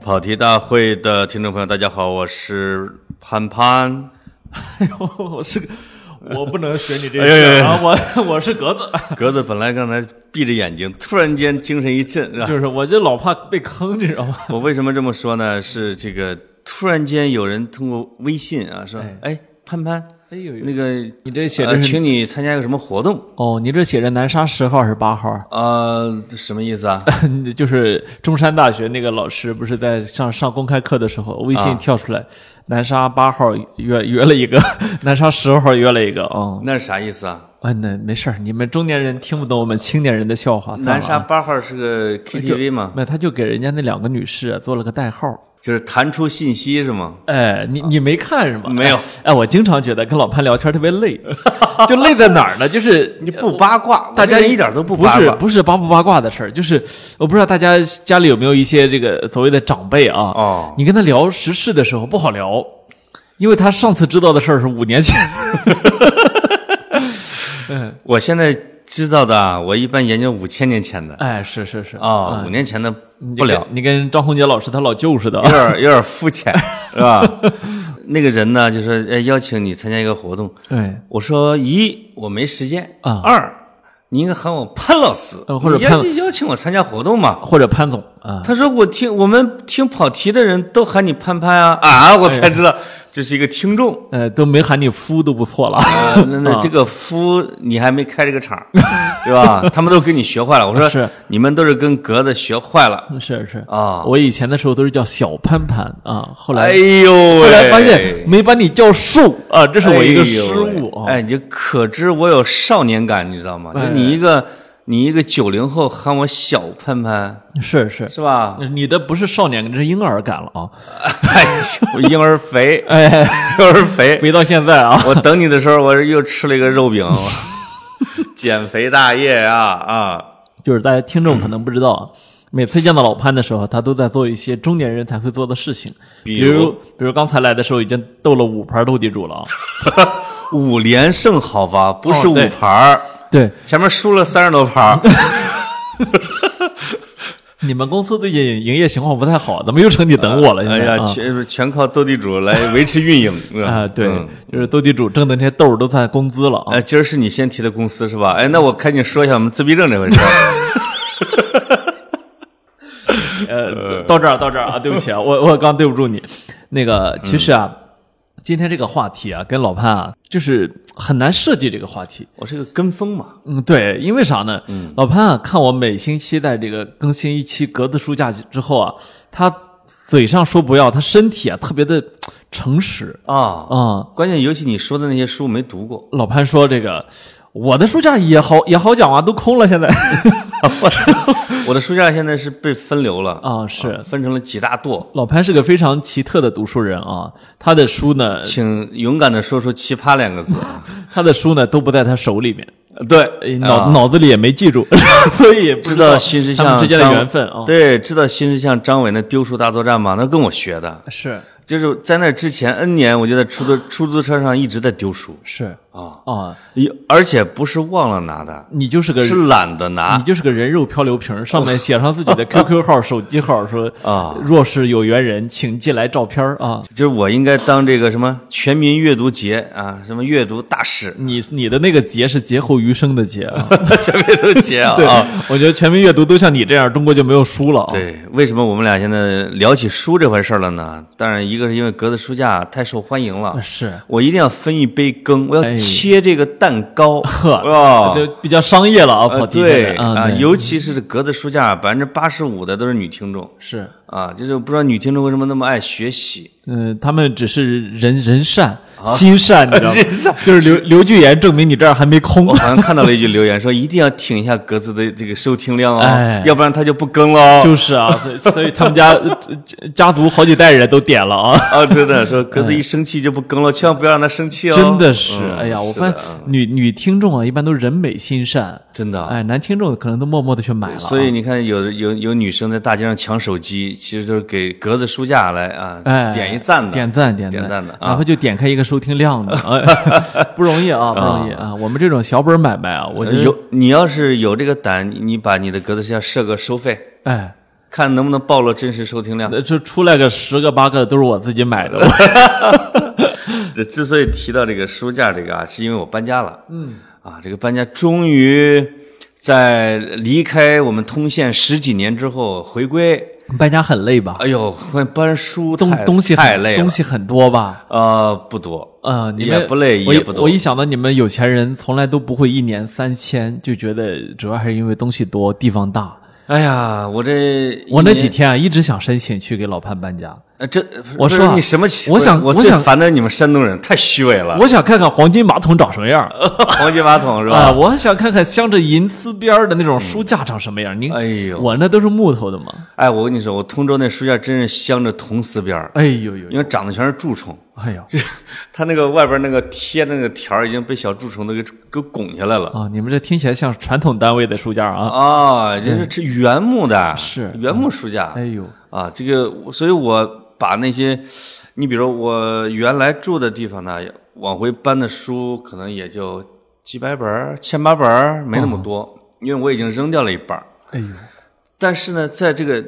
跑题大会的听众朋友，大家好，我是潘潘。 哎呦，我 是个，我不能学你这哎呀呀个呀啊！我我是格子，格子本来刚才闭着眼睛，突然间精神一振，是吧？ 就是我就老怕被坑，你知道吗？我为什么这么说呢？是这个突然间有人通过微信啊说哎，哎，潘潘，哎呦呦，那个你这写呃，着是、请你参加一个什么活动？哦，你这写着南沙十号还是八号？呃，什么意思啊？ 就是中山大学那个老师，不是在上上公开课的时候，微啊信跳出来，南沙八号约约了一个， 南沙十号约了一个，哦，那是啥意思啊？哎，那没事儿，你们中年人听不懂我们青年人的笑话，算了啊南沙八号是个 KTV 吗？没有，他哎就给人家那两个女士啊做了个代号。就是弹出信息是吗？哎，你你没看是吗？没有哎。哎，我经常觉得跟老潘聊天特别 累，就累在哪儿呢？就是你不八卦，我大家这人一点都不不八是卦。不是八不八卦的事儿，就是我不知道大家家里有没有一些这个所谓的长辈啊，哦你跟他聊时事的时候不好聊，因为他上次知道的事儿是五 年前，我现在知道的啊，我一般研究五千年前的哎，是是是啊，五、年前的不了，你跟，你跟张宏杰老师他老舅似的有啊，点有点肤 浅，是吧？那个人呢，就说、哎、邀请你参加一个活动，对，我说一我没时间啊二你应该喊我潘老师，呃或者你邀潘邀请我参加活动嘛。或者潘总啊，他说我听我们听跑题的人都喊你潘潘啊啊，我哎才知道这是一个听众。呃，都没喊你夫都不 错了，啊，那那这个夫你还没开这个厂 儿，对吧？他们都跟你学坏了。我说是你们都是跟格子学坏了是是啊！我以前的时候都是叫小潘潘啊，后来、哎呦后喂，哎来发现没把你叫瘦啊，这是我一个失误啊。哎呦喂哎，你就可知我有少年感，你知道吗？就哎你一个你一个九零后喊我小潘潘是是，是吧？你的不是少年，你这是婴儿感了啊！ 哎呦，婴儿肥， 哎，婴儿肥。肥到现在 啊，我等你的时候，我又吃了一个肉饼， 我减肥大业啊啊！就是大家听众可能不知道啊，每次见到老潘的时候，他都在做一些中年人才会做的事情，比比如如比如刚才来的时候已经斗了五盘斗地主了啊。五连胜好吧，不是哦五对盘儿。对，前面输了三十多盘儿，你们公司最近营业情况不太好，怎么又成你等 我了？哎现在呀，啊全全靠斗地主来维持运营是吧啊，对嗯，就是斗地主挣的那些豆儿都算工资了啊。哎，今儿是你先提的公司是吧？哎，那我赶紧说一下我们自闭症这回事 儿。呃，到这儿到这儿啊，对不起啊，我我刚对不住你。那个，其实啊，今天这个话题啊，跟老潘啊，就是很难设计这个话题。我是个跟风嘛，嗯，对，因为啥呢？老潘啊，看我每星期在这个更新一期格子书架之后啊，他嘴上说不要，他身体啊特别的诚实啊，啊、关键尤其你说的那些书没读 过，老潘说这个，我的书架也好也好讲啊，都空了现在我的书架现在是被分流了， 啊，是。分成了几大垛。老潘是个非常奇特的读书人啊，他的书呢，请勇敢的说出“奇葩”两 个字。他的书呢都不在他手里面，对，哎脑、啊脑子里也没记住， 所以也不知道道新石他们像之间的张缘分啊。对，知道新石像张伟那丢书大作战吗？那跟我学的。是就是在那之前 N 年，我就在出租出租车上一直在丢书是啊，啊，一而且不是忘了拿的，你就是个是啊懒得你拿。就是个人肉漂流瓶，上面写上自 己的 QQ 号、手机号，说啊若是有缘人，请寄来照片啊。，就是我应该当这个什么全民阅读节啊，什么阅读大使 你你的那个节是劫后余生的劫啊。全民阅读节啊。 对啊，我觉得全民阅读都像你这样，中国就没有书了啊。对，为什么我们俩现在聊起书这回事儿了呢？当然，一个是因为格子书架太受欢迎了，啊是我一定要分一杯羹，我要哎切这个蛋糕啊 呵，这比较商业了啊，呃跑题对啊，啊，对尤其是这格子书架，百分之八十五的都是女听众。是啊，就是不知道女听众为什么那么爱学习。嗯，他们只是人人善心善，你知道吗？心啊善哦就 是刘刘巨言证明你这儿还没空我，好像看到了一句留言，说一定要挺一下格子的这个收听量哦，哎要不然他就不更了哦。 就是啊，所以所以他们家呃家家族好几代人都点 了啊。啊，真的说格子一生气就不更了，千万不要让他生气哦。哎真的是，嗯哎呀，我是发现的女女听众啊，一般都人美心善，真的啊。哎，男听众可能都默默的去买了啊。所以你看有，有有女生在大街上抢手机，其实都是给格子书架来啊，哎，点一赞的。点赞点点赞的啊哪怕就点开一个收听量的，哎，不容 易啊，不容易啊。我们这种小本哎买卖啊，我觉得，有你要是有这个胆，你你把你的格子书架设个收费，哎，看能不能暴露真实收听量。呃就出来个十个八个的都是我自己买的， 这之所以提到这个书架这个啊，是因为我搬家了。嗯，啊，这个搬家终于在离开我们通县十几年之后回归。 搬家很累吧？哎呦，搬书东太东西很太累了，东西很多吧？呃不多，呃，你也们不累我也一不多我一想到你们有钱人从来都不会一年三千，就觉得主要还是因为东西多，地方大。哎呀，我这我那一年几天啊，一直想申请去给老潘搬家，呃这不我是说啊你什么奇？我想我我最想烦的你们山东人太虚伪了，我想看看黄金马桶长什么样黄金马 桶是啊、吧？我想看看镶着银丝边儿的那种书架长什么样。你哎呦我那都是木头的嘛。哎，我跟你说，我通州那书架真是镶着铜丝边儿，哎呦呦因呦，为长的全是蛀虫。哎呦它那个外边那个贴的那个条儿已经被小蛀虫都给给拱下来了啊！你们这听起来像传统单位的书架啊。啊！就是这原木的，是原木书架哎呦，啊。这个，所以我把那些，你比如我原来住的地方呢，往回搬的书可能也就几百本儿、千把本儿，没那么哦多，因为我已经扔掉了一半儿。哎呦，但是呢，在这个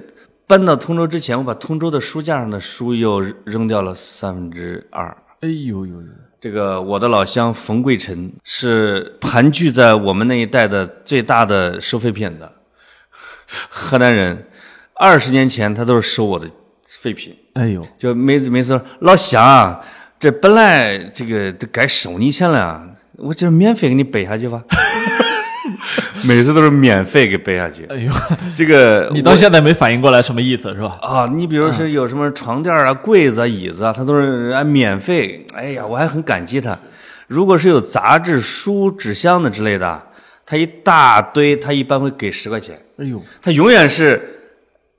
搬到通州之前，我把通州的书架上的书又扔掉了三分之二。哎呦呦呦，这个我的老乡冯桂臣是盘踞在我们那一带的最大的收废品的河南人，二十年前他都是收我的废品，哎呦，就每次每次说老乡，啊这本来这个都该收你钱了，啊我这免费给你背下去吧，每次都是免费给背下去。哎呦，这个你我到现在没反应过来什么意思是吧？啊，你比如嗯说有什么床垫啊、柜子啊、椅子啊，他都是按免费。哎呀，我还很感激他。如果是有杂志、书、纸箱子之类的，他一大堆，他一般会给十块钱。哎呦他永远是，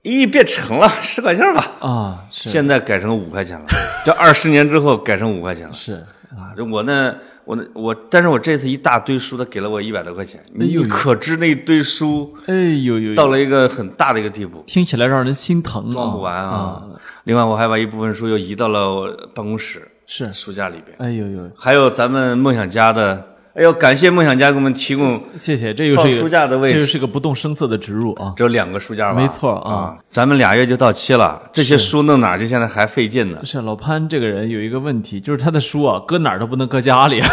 咦，别成了，十块钱吧。啊，是现在改成五块钱了，这二十年之后改成五块钱了是，啊！这我呢，我呢，我，但是我这次一大堆书，他给了我一百多块钱，哎呦你呦可知那一堆书哎呦呦到呦，了一个很大的一个地步。听起来让人心疼装不啊！完啊。另外，我还把一部分书又移到了我办公室是，书架里边，哎呦呦，还有咱们梦想家的，哎呦，感谢梦想家给我们提供谢谢，这又放是一个书架的位置这又是个不动声色的植入啊！只有两个书架吧？没错啊啊，咱们俩月就到期了，这些书弄哪儿去？现在还费劲呢不。是老潘这个人有一个问题，就是他的书啊，搁哪儿都不能搁家里，啊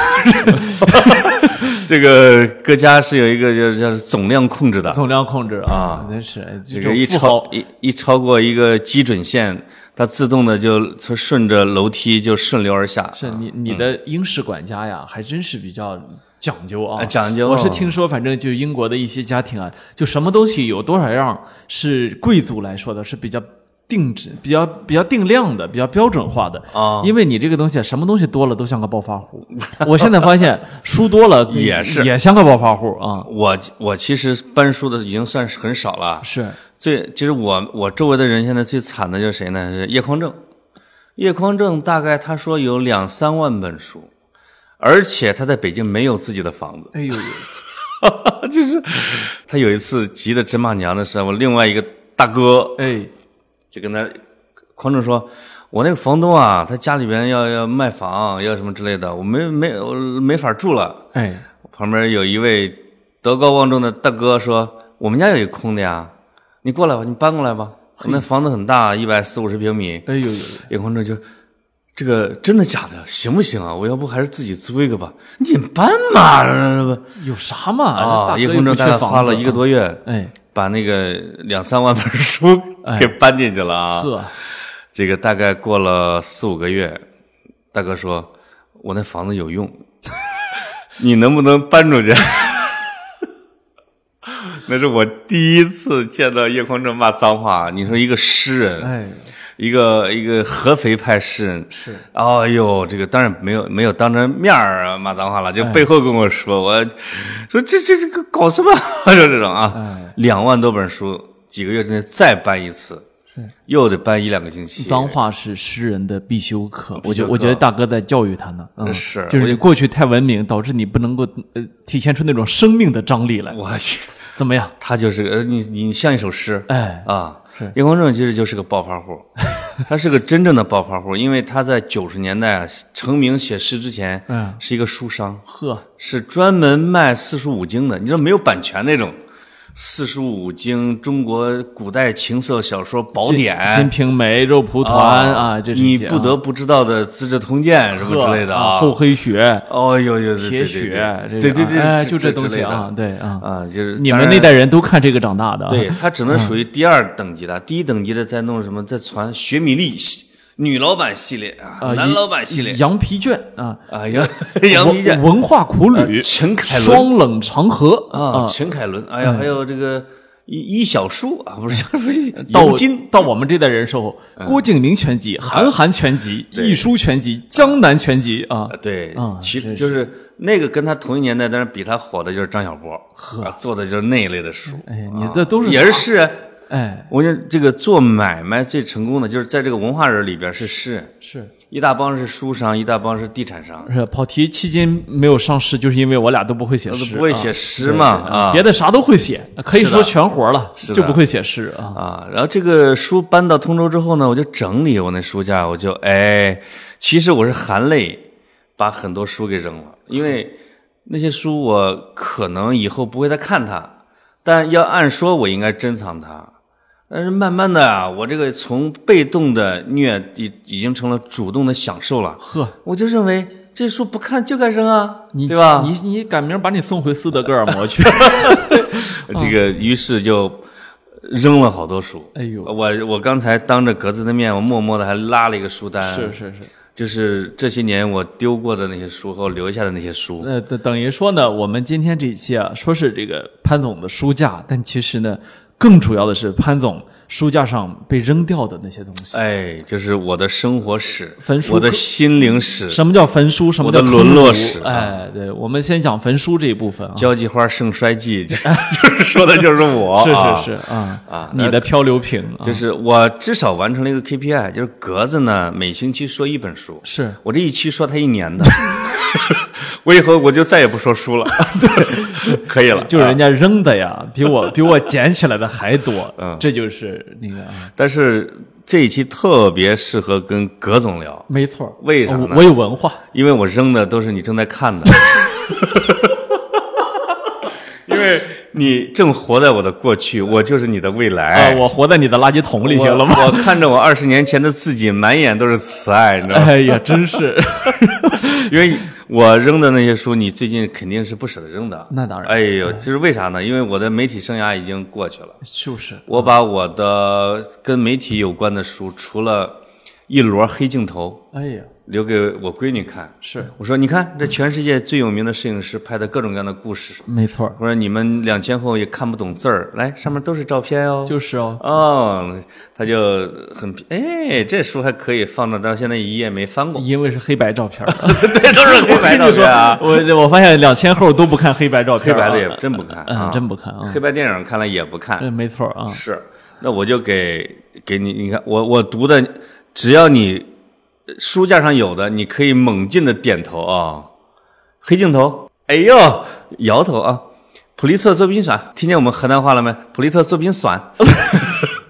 这个各家是有一个叫叫总量控制的，总量控制啊真是哎这这个一种富超豪一一超过一个基准线，它自动的就从顺着楼梯就顺流而下。是你嗯你的英式管家呀，还真是比较讲究啊，啊讲究我是听说，反正就英国的一些家庭啊，就什么东西有多少样是贵族来说的，是比较。定制比较比较定量的，比较标准化的啊因为你这个东西啊什么东西多了都像个暴发户。 我现在发现书多了也是也像个暴发户啊，我我其实搬书的已经算是很少了，是最其实我我周围的人现在最惨的就是谁呢？是叶匡正。叶匡正大概他说有两三万本书，而且他在北京没有自己的房子。哎呦呦，他有一次急得直骂娘的时候，我另外一个大哥哎就跟他匡正说：“我那个房东啊，他家里边要要卖房，要什么之类的，我没没我没法住了。哎，”旁边有一位德高望重的大哥说：“我们家有一空的呀，你过来吧，你搬过来吧。我那房子很大，一百四五十平米。”哎呦呦，叶匡正就这个真的假的，行不行啊？我要不还是自己租一个吧？你搬嘛！有啥嘛？啊，大哥叶又匡正不缺大概房花子了一个，多月，哎把那个两三万本书给搬进去了啊。呵，这个大概过了四五个月，大哥说：“我那房子有用， 你能不能搬出去？” 那是我第一次见到叶匡正骂脏话。你说一个诗人，哎，一个一个合肥派诗人，是，哎呦，这个当然没有没有当着面儿啊骂脏话了，就哎背后跟我说，我说这这这个搞什么， 就这种啊哎，两万多本书，几个月之内再搬一次，又得搬一两个星期，脏话是诗人的必修课，我觉必修课我觉得大哥在教育他呢，嗯，是就是我你就过去太文明，导致你不能够呃体现出那种生命的张力来， 我去，怎么样？他就是个呃你你像一首诗，哎，啊，叶匡正其实就是个暴发 户，他是个真正的暴发户，因为他在九十年代啊成名写诗之前嗯，是一个书商。呵，是专门卖四书五经的，你知道没有版权那种，四书五经、中国古代情色小说宝典、 《金瓶梅》《肉蒲团》啊，这是一你些不啊得不知道的《资治通鉴》什么之类的啊，厚黑学、哦，有有对铁对血对，这个对对对，哎，这就这东之西类的啊，对啊，啊，就是你当们然那代人都看这个长大的啊，对他只能属于第二等级的，第一等级的再弄什么，再传学米粒系女老板系列啊啊，男一老板系列羊皮卷啊，啊，杨 杨皮文卷、呃文化苦旅，陈凯伦双冷长河啊，，陈凯伦，哎呀，还有这个一一小叔啊， 不是不是到尤金，嗯到我们这代人时候，郭敬明全集、韩寒全集、对易舒全集、江南全集啊啊，，对啊，其是实就是那个跟他同一年代，但是比他火的就是张小波，啊做的就是那一类的书，啊哎，你这都是也是诗人。哎我觉得这个做买卖最成功的，就是在这个文化人里边是诗人，是。一大帮是书商，一大帮是地产商，是跑题期间没有上市，就是因为我俩都不会写都诗，不会写诗嘛啊别的啥都会写，可以是的说全活了，是的就不会写诗啊。啊。然后这个书搬到通州之后呢，我就整理我那书架，我就哎，其实我是含泪把很多书给扔了，因为那些书我可能以后不会再看它，但要按说我应该珍藏它。但是慢慢的啊，我这个从被动的虐已已经成了主动的享受了。呵，我就认为这书不看就该扔啊，你对吧？你你赶明儿把你送回斯德哥尔 摩去。嗯这个于是就扔了好多书。哎呦 我我刚才当着格子的面，我默默的还拉了一个书单，是是是，就是这些年我丢过的那些书和我留下的那些书。那等等于说呢，我们今天这一期啊，说是这个潘总的书架，但其实呢，更主要的是潘总书架上被扔掉的那些东西。哎，就是我的生活史焚，书我的心灵史，什么叫焚书？什么叫我的沦落坑儒史啊哎，对，我们先讲焚书这一部分啊。交际花盛衰 记，就就是说的就是我。是啊是是啊啊，你的漂流瓶啊，就是我至少完成了一个 KPI，就是格子呢每星期说一本书，是我这一期说他一年的， 我以后我就再也不说书了， 对，可以了。就是人家扔的呀，比我 比我捡起来的还多。嗯这就是那个啊，但是这一期特别适合跟葛总聊，没错。为啥我呢我有文化，啊因为我扔的都是你正在看 的，因为你正活在我的过去，我就是你的未来。啊，我活在你的垃圾桶里，我行了吗？我 看着我二十年前的自己，满眼都是慈爱，你知道吗？ 哎呀，真是。 哎因为我扔的那些书，你最近肯定是不舍得扔的。那当然嗯哎呦，就是为啥呢？因为我的媒体生涯已经过去了，就是我把我的跟媒体有关的书，除了一摞黑镜头哎呀，留给我闺女看，是我说你看这全世界最有名的摄影师拍的各种各样的故事，没错儿，我说你们两千后也看不懂字儿，来上面都是照片哦。就是哦，哦，他就很哎，这书还可以放到到现在一页没翻 过， 因为是黑白照片儿。对，都是 黑白照片啊。我我发现两千后都不看黑白照黑片儿啊，白的也真不看啊，嗯真不看啊黑白电影看了也不看，嗯没错儿啊，是。那我就给给你，你看我我读的，只要你呃书架上有的，你可以猛进的点头啊、黑镜头，哎呦，摇头啊！普利策作品选，听见我们河南话了没？普利策作品选，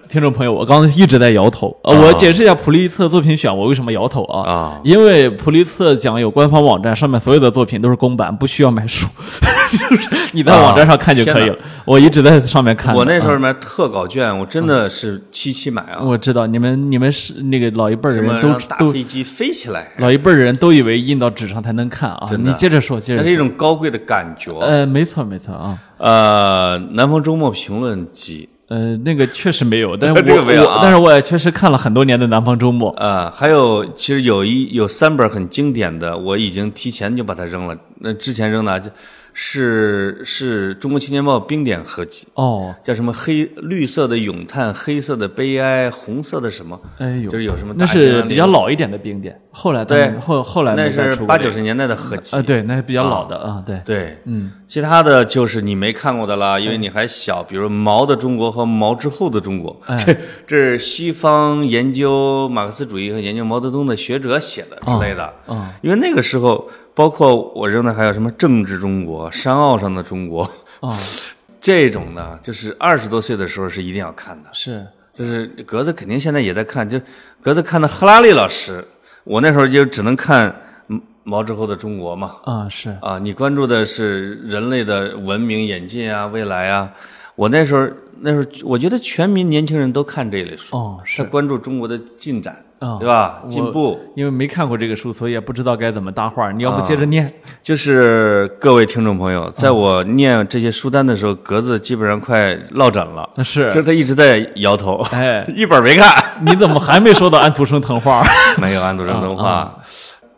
听众朋友，我刚刚一直在摇头。呃，啊我解释一下普利策作品选我为什么摇头啊？啊因为普利策奖有官方网站，上面所有的作品都是公版，不需要买书， 就是你在网站上看就可以了。我一直在上面看的。啊我那时候啊里面特稿卷，我真的是七七买啊，我知道你们你们是那个老一辈儿什的么人让都大都飞机飞起来，老一辈儿人都以为印到纸上才能看啊。真的哎你接着说，接那着是说。一种高贵的感觉。呃，没错没错啊。呃，南方周末评论集，呃，那个确实没 有，但是我这个没有啊我但是我也确实看了很多年的《南方周末》啊，还有其实有一有三本很经典的，我已经提前就把它扔了。那之前扔的啊就是是中国青年报冰点合集，哦，叫什么黑绿色的咏叹，黑色的悲哀，红色的什么？哎呦，就是有什么那大兴安是岭比较老一点的冰点，后来他对们，后后来那没再是出过八这九个十年代的合集。啊，对，那是比较老的啊，对，对，嗯，哎其他的就是你没看过的啦，因为你还小，比如《毛的中国》和《毛之后的中国》哎这这是西方研究马克思主义和研究毛泽东的学者写的之类的。嗯因为那个时候，包括我扔的还有什么《政治中国》《山坳上的中国》哦， 这种呢，就是二十多岁的时候是一定要看的。是就是格子肯定现在也在看，就格子看的赫拉利老师，我那时候就只能看嗯毛之后的中国嘛。啊，是啊，你关注的是人类的文明演进啊、未来啊，我那时候那时候我觉得全民年轻人都看这类书，哦，他是关注中国的进展，啊对吧？我进步。因为没看过这个书，所以也不知道该怎么搭话。你要不接着念？就是各位听众朋友，嗯在我念这些书单的时候，格子基本上快落枕了， 嗯是就是他一直在摇 头，哎一本没看，你怎么还没说到安徒生童话？ 没有安徒生童嗯话。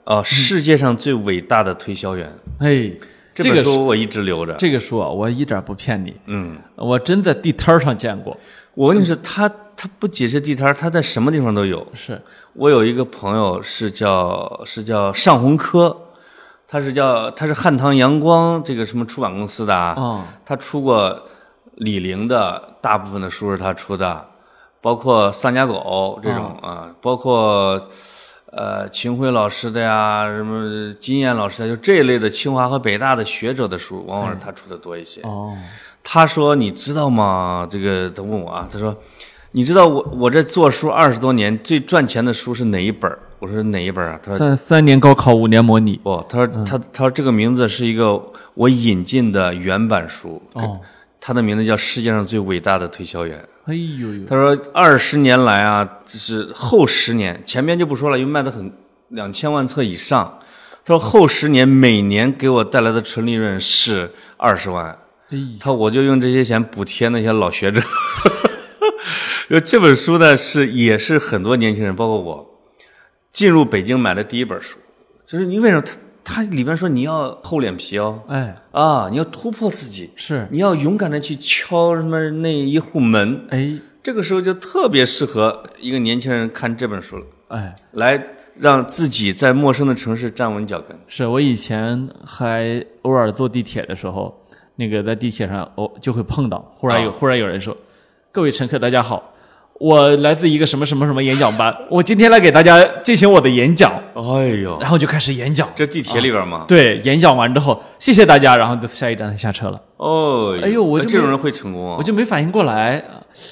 哦，世界上最伟大的推销员， 哎，这本个书书我一直留着。这个书啊，我一点不骗你，嗯，我真在地摊儿上见过。我跟你说，他他不仅是地摊儿，他在什么地方都有。是，我有一个朋友是叫是叫尚鸿科，他是叫他是汉唐阳光这个什么出版公司的啊，哦他出过李陵的大部分的书是他出的，包括丧家狗这种、哦啊，包括呃秦晖老师的呀，什么金燕老师的，就这一类的清华和北大的学者的书，往往是他出的多一些。嗯哦，他说：“你知道吗？”这个他问我啊，他说：“你知道我我这做书二十多年，最赚钱的书是哪一本儿？”我说：“哪一本儿啊？”他说三三年高考，五年模拟：“。不，他说他他说这个名字是一个我引进的原版书，哦，他的名字叫《世界上最伟大的推销员》。哎呦呦，他说二十年来啊，就是后十年，前面就不说了，因为卖的很两千万册以上。他说后十年每年给我带来的纯利润是二十万。”哎呦，他我就用这些钱补贴那些老学者。 因为这本书呢，是也是很多年轻人，包括我，进入北京买的第一本书，就是你为什么他他里边说你要厚脸皮哦，哎，啊，你要突破自己，是，你要勇敢的去敲什么那一户门，哎，这个时候就特别适合一个年轻人看这本书了，哎，来让自己在陌生的城市站稳脚跟。是我以前还偶尔坐地铁的时候，那个在地铁上哦就会碰到，忽然有、啊忽然有人说：“各位乘客，大家好，我来自一个什么什么什么演讲班， 我今天来给大家进行我的演讲。”哎呦，然后就开始演讲，这地铁里边吗？对，演讲完之后，谢谢大家，然后就下一站他下车了，哦，哎呦我就这种没人会成功啊我！就没反应过来，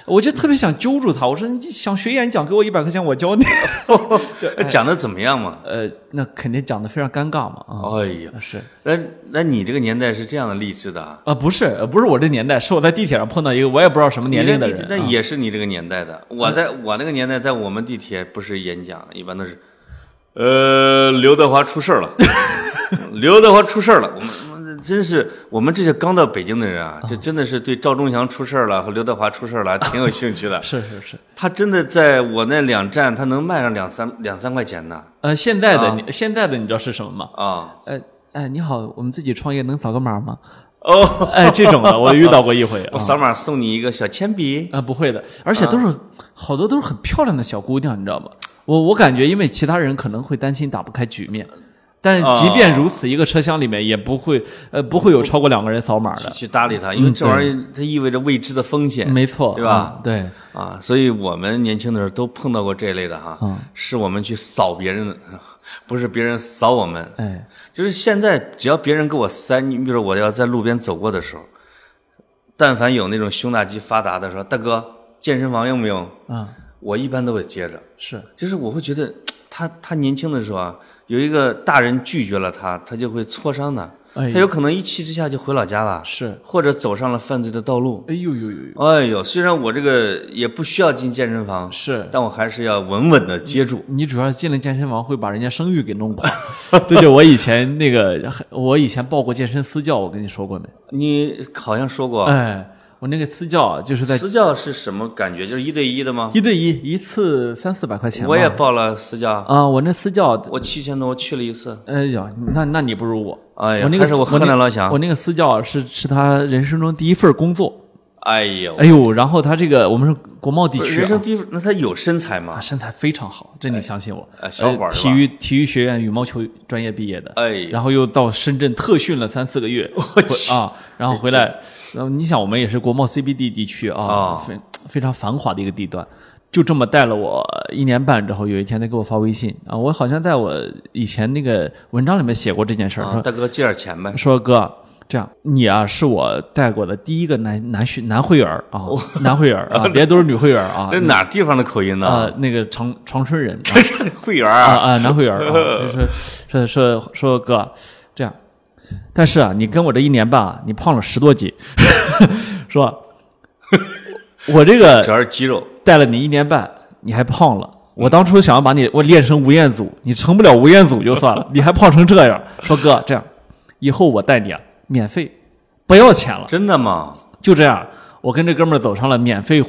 我就特别想揪住他，我说你想学演讲，给我一百块钱，我教你。 就哎 讲的怎么样嘛？呃，那肯定讲的非常尴尬嘛，啊、哎呀，是那那你这个年代是这样的励志的啊？啊，不是，呃不是我这年代，是我在地铁上碰到一个我也不知道什么年龄的你人，。那地铁那也是你这个年代的。我在我那个年代，在我们地铁不是演讲，一般都是，呃，刘德华出事儿 了，刘德华出事儿了。我们我们真是我们这些刚到北京的人啊，这真的是对赵忠祥出事儿了和刘德华出事儿了挺有兴趣的是是是， 他真的在我那两站，他能卖上两三两三块钱呢呃，现在的啊你，现在的你知道是什么吗？啊！呃，哎，你好，我们自己创业能扫个码吗？ 哦，哎，这种的 我遇到过一回，我啊扫码送你一个小铅笔。啊，不会的，而且都是、好多都是很漂亮的小姑娘，你知道吗？我我感觉，因为其他人可能会担心打不开局面，但即便如此，一个车厢里面也不会呃不会有超过两个人扫码去的，嗯去搭理他，因为这玩意儿它意味着未知的风险，没错，对吧嗯？对，啊，所以我们年轻的时候都碰到过这类的哈，嗯是我们去扫别人的，不是别人扫我们，哎，就是现在只要别人给我塞，你比如说我要在路边走过的时候，但凡有那种胸大肌发达的说大哥健身房用不用，啊，我一般都会接着，是，就是我会觉得他他年轻的时候啊，有一个大人拒绝了他，他就会挫伤他，哎他有可能一气之下就回老家了，是，或者走上了犯罪的道路。哎呦呦呦呦，哎呦，虽然我这个也不需要进健身房，是。但我还是要稳稳的接住。你主要进了健身房，会把人家声誉给弄垮。 这就我以前那个，我以前报过健身私教，我跟你说过没？你好像说过，嗯哎，我那个私教啊就是在哦私教是什么感觉？就是一对一的吗？一对一，一次三四百块钱吧。我也报了私教，啊，我那私教我七千多，我去了一次。哎呀，那那你不如我。哎呀，我那还个是我河那南老乡我。那个私教是是他人生中第一份工作。哎呦，哎呦，然后他这个我们是国贸地不是区人啊生，第一，那他有身材啊吗？身材非常好，这你相信我。哎小伙儿呃是吧体育体育学院羽毛球专业毕业的，哎呦然后又到深圳特训了三四 个月，回啊，然后回来，然后你想我们也是国贸 CBD 地区啊，啊非非常繁华的一个地段。就这么带了我一年半之后，有一天他给我发微信啊，我好像在我以前那个文章里面写过这件事儿，说啊，大哥借点钱呗。说哥，这样你啊是我带过的第一个男男学男会员儿 啊，男会员儿啊，别的都是女会员儿啊那哪地方的口音呢？啊，那个长长春人啊 这是会员啊啊，啊，男会员儿啊，就是说说说哥，这 样，但是啊，你跟我这一年半啊，你胖了十多斤，说我这主个要是肌肉。带了你一年半，你还胖了。我当初想要把你我练成吴彦祖，你成不了吴彦祖就算了，你还胖成这样。说哥，这样以后我带你啊，免费，不要钱了。真的吗？就这样，我跟这哥们儿走上了免费，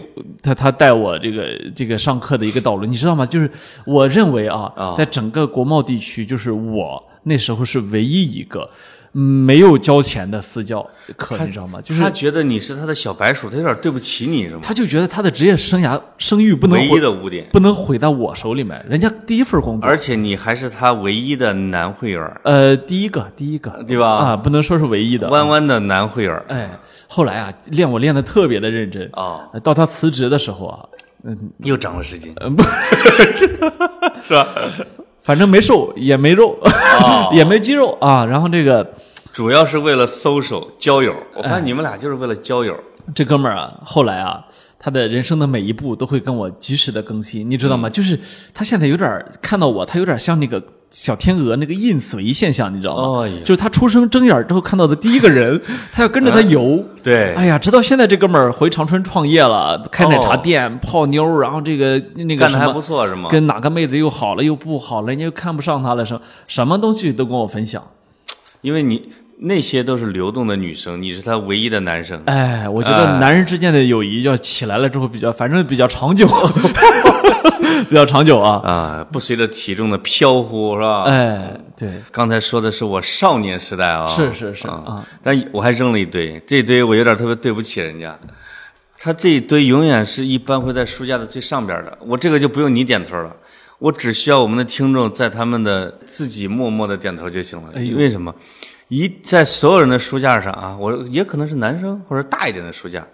他他带我这个这个上课的一个道路，你知道吗？就是我认为啊，啊在整个国贸地区，就是我那时候是唯一一个嗯没有交钱的私教课，你知道吗？就是他觉得你是他的小白鼠，他有点对不起你，是吗？他就觉得他的职业生涯声誉不能唯一毁的污点，不能毁在我手里面，人家第一份工作，而且你还是他唯一的男会员，呃，第一个第一个对吧？啊，不能说是唯一的。弯弯的男会员哎，后来啊，练我练的特别的认真，啊，到他辞职的时候啊，又长了十斤，呃反正没瘦也没肉，哦 也没肌肉啊。然后这个主要是为了搜手交友。我哎发现你们俩就是为了交友，这哥们儿啊，后来啊，他的人生的每一步都会跟我及时的更新，你知嗯道吗？就是他现在有点儿看到我，他有点像那个小天鹅那个印随现象，你知道吗？哎呀就是他出生睁眼儿之后看到的第一个 人，他要跟着他游。对，哎呀，直到现在，这哥们儿回长春创业了，开奶茶店、泡妞儿，然后这个那个哦干的什还么不错是吗？跟哪个妹子又好了又不好了，人家又看不上他了，什么什么东西都跟我分享。因为你那些都是流动的女生，你是他唯一的男生。哎，我觉得男人之间的友谊要起来了之后，比较反正比较长 久，比较长久啊。啊，不随着体重的飘忽，是吧？哎，对，刚才说的是我少年时代啊，是是是啊啊，但我还扔了一堆，这堆我有点特别对不起人家。他这一堆永远是一般会在书架的最上边的，我这个就不用你点头了，我只需要我们的听众在他们的自己默默的点头就行了。哎呦为什么？一在所有人的书架上啊，我也可能是男生或者大一点的书架，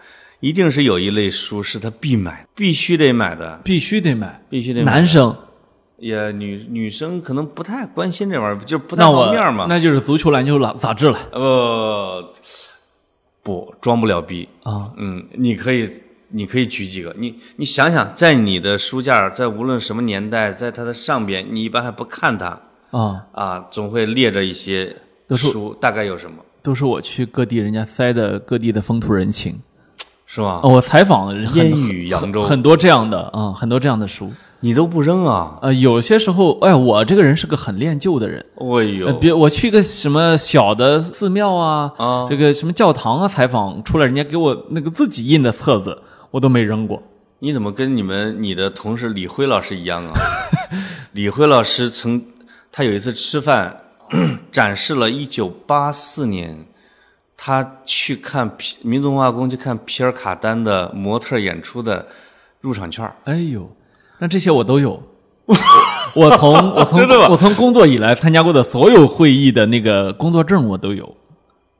一定是有一类书是他必买、必须得买的，必须得买，必须得买。男生也女女生可能不太关心这玩意儿，就不太那方我便嘛。那就是足球、篮球、杂杂志了呃，不，装不了逼。啊。嗯，你可以，你可以举几个。你你想想，在你的书架，在无论什么年代，在它的上边，你一般还不看它啊，啊，总会列着一些都是书，大概有什么，都是我去各地人家塞的各地的风土人情。是吗？啊我采访了很烟雨扬州很很多这样的啊，很多这样的书。你都不扔啊？呃，有些时候，哎，我这个人是个很恋旧的人。哎呦，呃，别我去一个什么小的寺庙啊，啊这个什么教堂啊，采访出来，人家给我那个自己印的册子，我都没扔过。你怎么跟你们你的同事李辉老师一样啊？ 李辉老师曾，他有一次吃饭， 展示了1984年他去看皮民族文化宫去看皮尔卡丹的模特演出的入场券儿。哎呦，那这些我都 有。我我从我从真的吗我从工作以来参加过的所有会议的那个工作证我都有，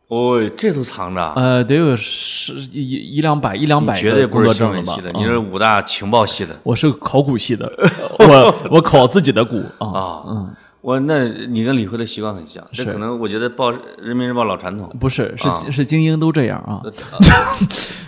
哦，这都藏着啊，呃，得有十一一两百一两你百绝对个不工是新作证了闻吧系的，？你嗯是武大情报系的我是考古系 的，我我考自己的古啊，啊。我那你跟李辉的习惯很像，这是可能我觉得报人民日报老传统，不是是是精英都这样啊。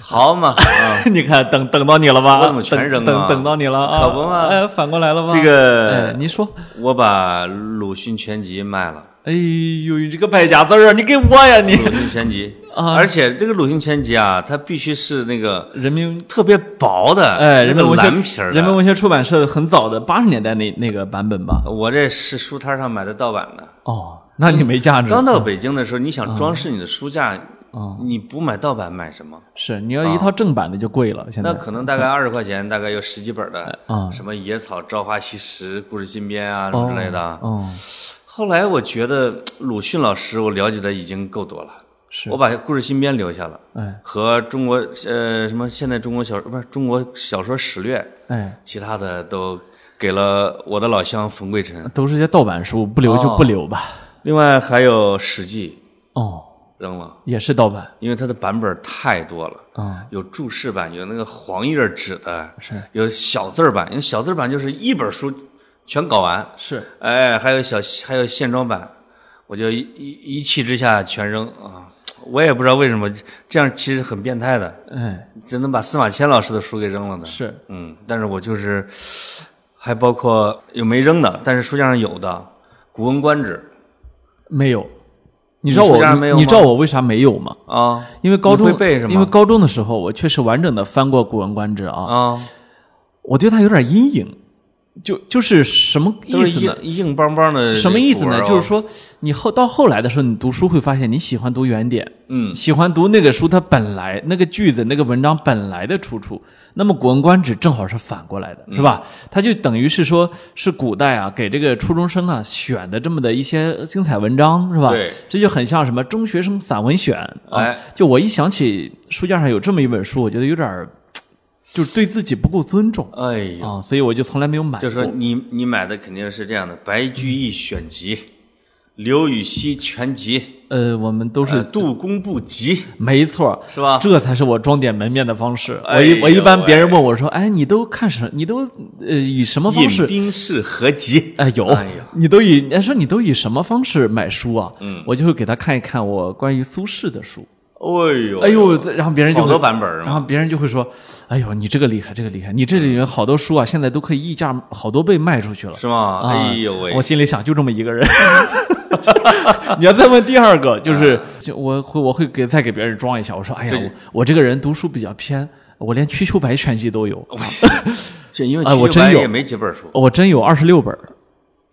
好嘛。 啊你看，等等到你了吧？我怎么全扔了等等等到你了啊！可不嘛哎，反过来了吧？这个哎，您说，我把鲁迅全集卖 了。哎呦，你这个败家子儿啊，你给我呀你！鲁迅全集啊而且这个鲁迅全集啊，它必须是那个人民特别薄的，哎，人那民个文蓝皮学，儿人民的。文学出版社很早的八十年代那那个版本吧？我这是书摊上买的盗版的。哦，那你没价值。刚到北京的时候，你想装饰你的书架，啊你不买盗版买什么？是你要一套正版的就贵了，现在哦那可能大概二十块钱，大概有十几本的，啊什么《野草朝花夕拾》《故事新编》啊，什么之类的啊。哦，后来我觉得鲁迅老师，我了解的已经够多了，是我把《故事新编》留下了，哎和中国呃什么现代中国小不是中国小说史略，哎，其他的都给了我的老乡冯桂臣。都是些盗版书，不留哦就不留吧。另外还有《史记哦，》扔了，也是盗版因为它的版本太多了。啊，有注释版，有那个黄页纸的，是有小字儿版，因为小字儿版就是一本书全搞完，是哎，还有小还有线装版，我就一一一气之下全扔啊！我也不知道为什么这样，其实很变态的，哎只能把司马迁老师的书给扔了呢。是嗯，但是我就是还包括有没扔的，但是书架上有的《古文观止没有》你知道暑假没我有你吗知道我为啥没有吗？啊因为高中你会背是吗因为高中的时候，我确实完整的翻过《古文观止》啊，啊，我对它有点阴影，就就是什么都意是思呢硬？硬邦邦的，哦什么意思呢？就是，说，你后到后来的时候，你读书会发现，你喜欢读原点，嗯，喜欢读那个书它本来那个句子那个文章本来的出处。那么《古文观止》正好是反过来的，嗯是吧？它就等于是说，是古代啊给这个初中生啊选的这么的一些精彩文章，是吧？对，这就很像什么中学生散文选啊。哎就我一想起书架上有这么一本书，我觉得有点儿，就是对自己不够尊重哎呦，啊，所以我就从来没有买过。就说你你买的肯定是这样的《白居易选集》《刘禹锡全集》呃，我们都是呃《杜工部集》，没错，是吧这才是我装点门面的方式。哎我一我一呦般喂别人问我说：“哎，你都看什？你都呃以什么《方饮式？”冰室合集哎，有，哎呀你都以哎说你都以什么方式买书啊？嗯，我就会给他看一看我关于苏轼的书。》。哎呦，哎呦，然后别人就好会多版本儿然嘛，后别人就会说：“哎呦，你这个厉害，这个厉害，你这里面好多书啊，现在都可以溢价好多倍卖出去了。”是吗？啊哎呦喂我，心里想，就这么一 个人。你要再问第二个，就是啊就我会我会给再给别人装一下，我说，哎呀这就，我我这个人读书比较偏，我连瞿秋白全集都哦有， 这因为哎我瞿秋白真有也没几本书我真有二十六本儿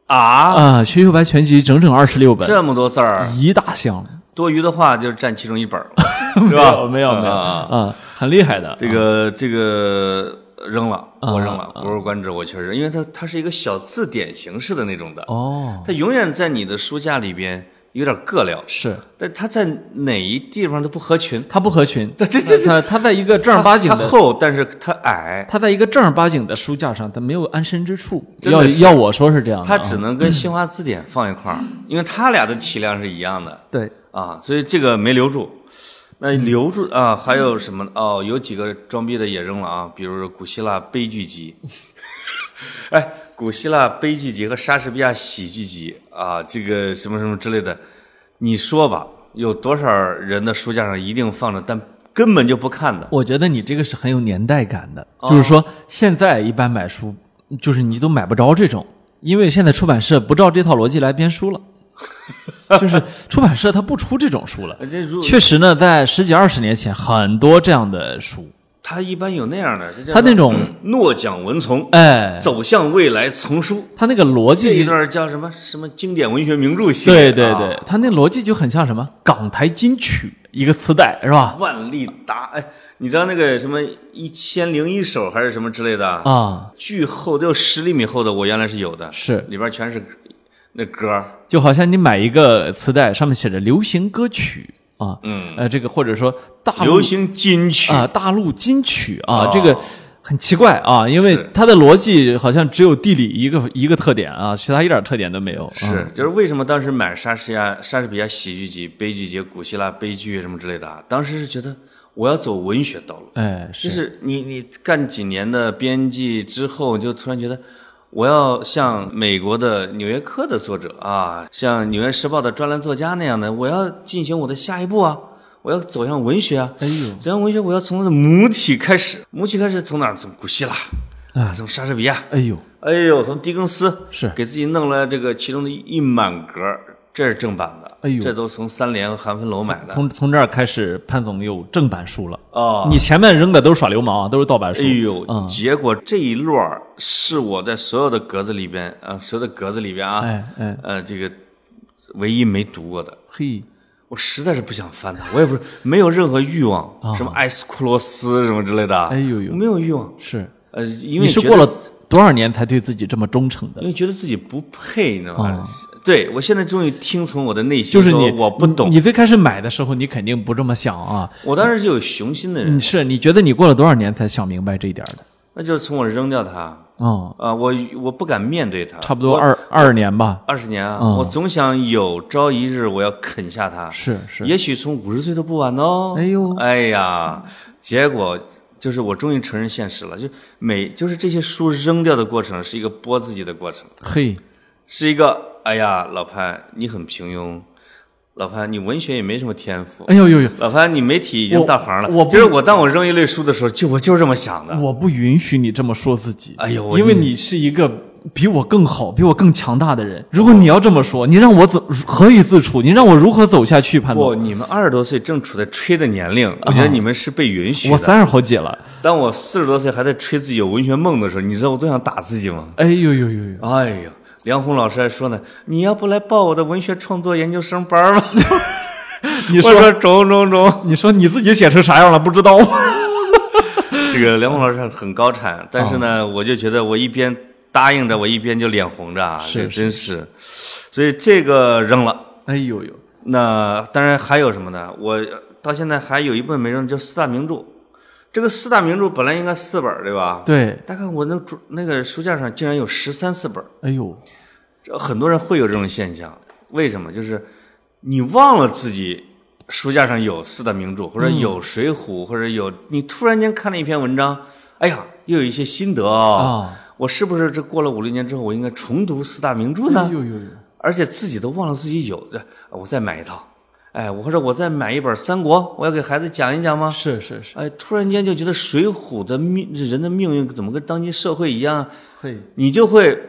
啊，啊，嗯瞿秋白全集整整二十六本，这么多字儿，一大箱，多余的话就占其中一本儿，没是吧？有没有没有啊啊，很厉害的，这个这个扔了，啊我扔了，不是官职，我确实，因为它它是一个小字典形式的那种的，哦，它永远在你的书架里边有点硌聊，是但它在哪一地方都不合群，他不合群，这这这他他在一个正儿八经它的。啊厚，但是它矮，他在一个正儿八经的书架上，他没有安身之处。真的要是要我说是这样的啊，它只能跟新华字典放一块儿，因为它俩的体量是一样的对啊，所以这个没留住。那嗯留住啊，还有什么？哦，有几个装逼的也扔了啊，比如说古希腊悲剧 集，哎，古希腊悲剧集和莎士比亚喜剧集啊，这个什么什么之类的，你说吧，有多少人的书架上一定放着，但根本就不看的？我觉得你这个是很有年代感的，哦就是说现在一般买书，就是你都买不着这种，因为现在出版社不照这套逻辑来编书了， 就是出版社它不出这种书了。 呃这如确实呢，在十几二十年前，很多这样的书，他一般有那样的，这叫它那 种诺奖文从，哎，走向未来丛书，它那个逻这一辑就，段叫什么什么经典文学名著系列对对对啊，它那逻辑就很像什么港台金曲一个磁带 是吧？万历达哎，你知道那个什么一千零一首还是什么之类的啊？啊，巨厚都有十厘米厚的，我原来是有的，是里边全是那歌儿就好像你买一个磁带，上面写着流行歌曲啊，嗯，呃，这个或者说大陆流行金曲啊，大陆金曲啊，哦这个很奇怪啊，因为是它的逻辑好像只有地理一个一个特点啊，其他一点特点都没有。啊是，就是为什么当时买莎士亚、莎士比亚喜剧集、悲剧集、古希腊悲剧什么之类的啊，当时是觉得我要走文学道路，嗯，哎，就是是你你干几年的编辑之后，你就突然觉得。我要像美国的《纽约客》的作者啊，像《纽约时报》的专栏作家那样的，我要进行我的下一步啊，我要走向文学啊。哎呦走向文学，我要从它的母体开始，母体开始从哪儿？从古希腊，啊，从莎士比亚，哎呦，哎呦，从狄更斯是给自己弄了这个其中的一满格儿，这是正版的。哎呦这都从三联和韩芬楼买的。从从这儿开始，潘总有正版书了。哦，你前面扔的都是耍流氓啊，都是盗版书哎。呦，嗯结果这一摞儿是我在所有的格子里边啊，所有的格子里边啊，哎哎，呃，这个唯一没读过的，嘿，我实在是不想翻它，我也不是没有任何欲望，什么艾斯库罗斯什么之类的，啊啊哎呦呦没有欲望。是，呃，因为你是觉得过了多少年才对自己这么忠诚的因？为觉得自己不配，你知道吗？对我现在终于听从我的内心，啊就是你说我不懂你，你最开始买的时候，你肯定不这么想啊。我当时就有雄心的人，你是你觉得你过了多少年才想明白这一点的？那就是从我扔掉它啊、嗯，我我不敢面对它。差不多二二十年吧。二十年啊，嗯我总想有朝一日我要啃下它。是是，也许从五十岁都不晚哦。哎呦哎呀，结果就是我终于承认现实了，就每就是这些书扔掉的过程是一个剥自己的过程，嘿，是一个哎呀，老潘你很平庸，老潘你文学也没什么天赋，哎呦呦呦，老潘你媒体已经大行了。我我不就是我当我扔一类书的时候，就我就是这么想的。我不允许你这么说自己。哎呦我因为你是一个比我更好、比我更强大的人。如果你要这么说，你让我怎何以自处？你让我如何走下去？潘不，总，你们二十多岁正处在吹的年龄，啊我觉得你们是被允许我的。三十好几了。当我四十多岁还在吹自己有文学梦的时候，你知道我多想打自己吗？哎呦呦呦呦！哎呀，梁红老师还说呢，你要不来报我的文学创作研究生班吗？ 你我说，中中中，你说你自己写成啥样了？不知道。这个梁红老师很高产，但是哦呢，我就觉得我一边答应着，我一边就脸红着，啊，是这真是，所以这个扔了。 哎呦呦！那当然还有什么呢？我到现在还有一部分没扔，叫四大名著。这个四大名著本来应该四本儿，对吧？对，大概我那主那个书架上竟然有十三四本儿，哎呦，这很多人会有这种现象。为什么？就是你忘了自己书架上有四大名著，或者嗯有《水浒》，或者有你突然间看了一篇文章，哎呀，又有一些心得啊、啊！我是不是这过了五六年之后，我应该重读四大名著呢？哎呦呦呦！而且自己都忘了自己有的，我再买一套。哎，我或者我再买一本《三国》，我要给孩子讲一讲吗？是是是，哎，突然间就觉得《水浒》的命，人的命运怎么跟当今社会一样？啊嘿，你就会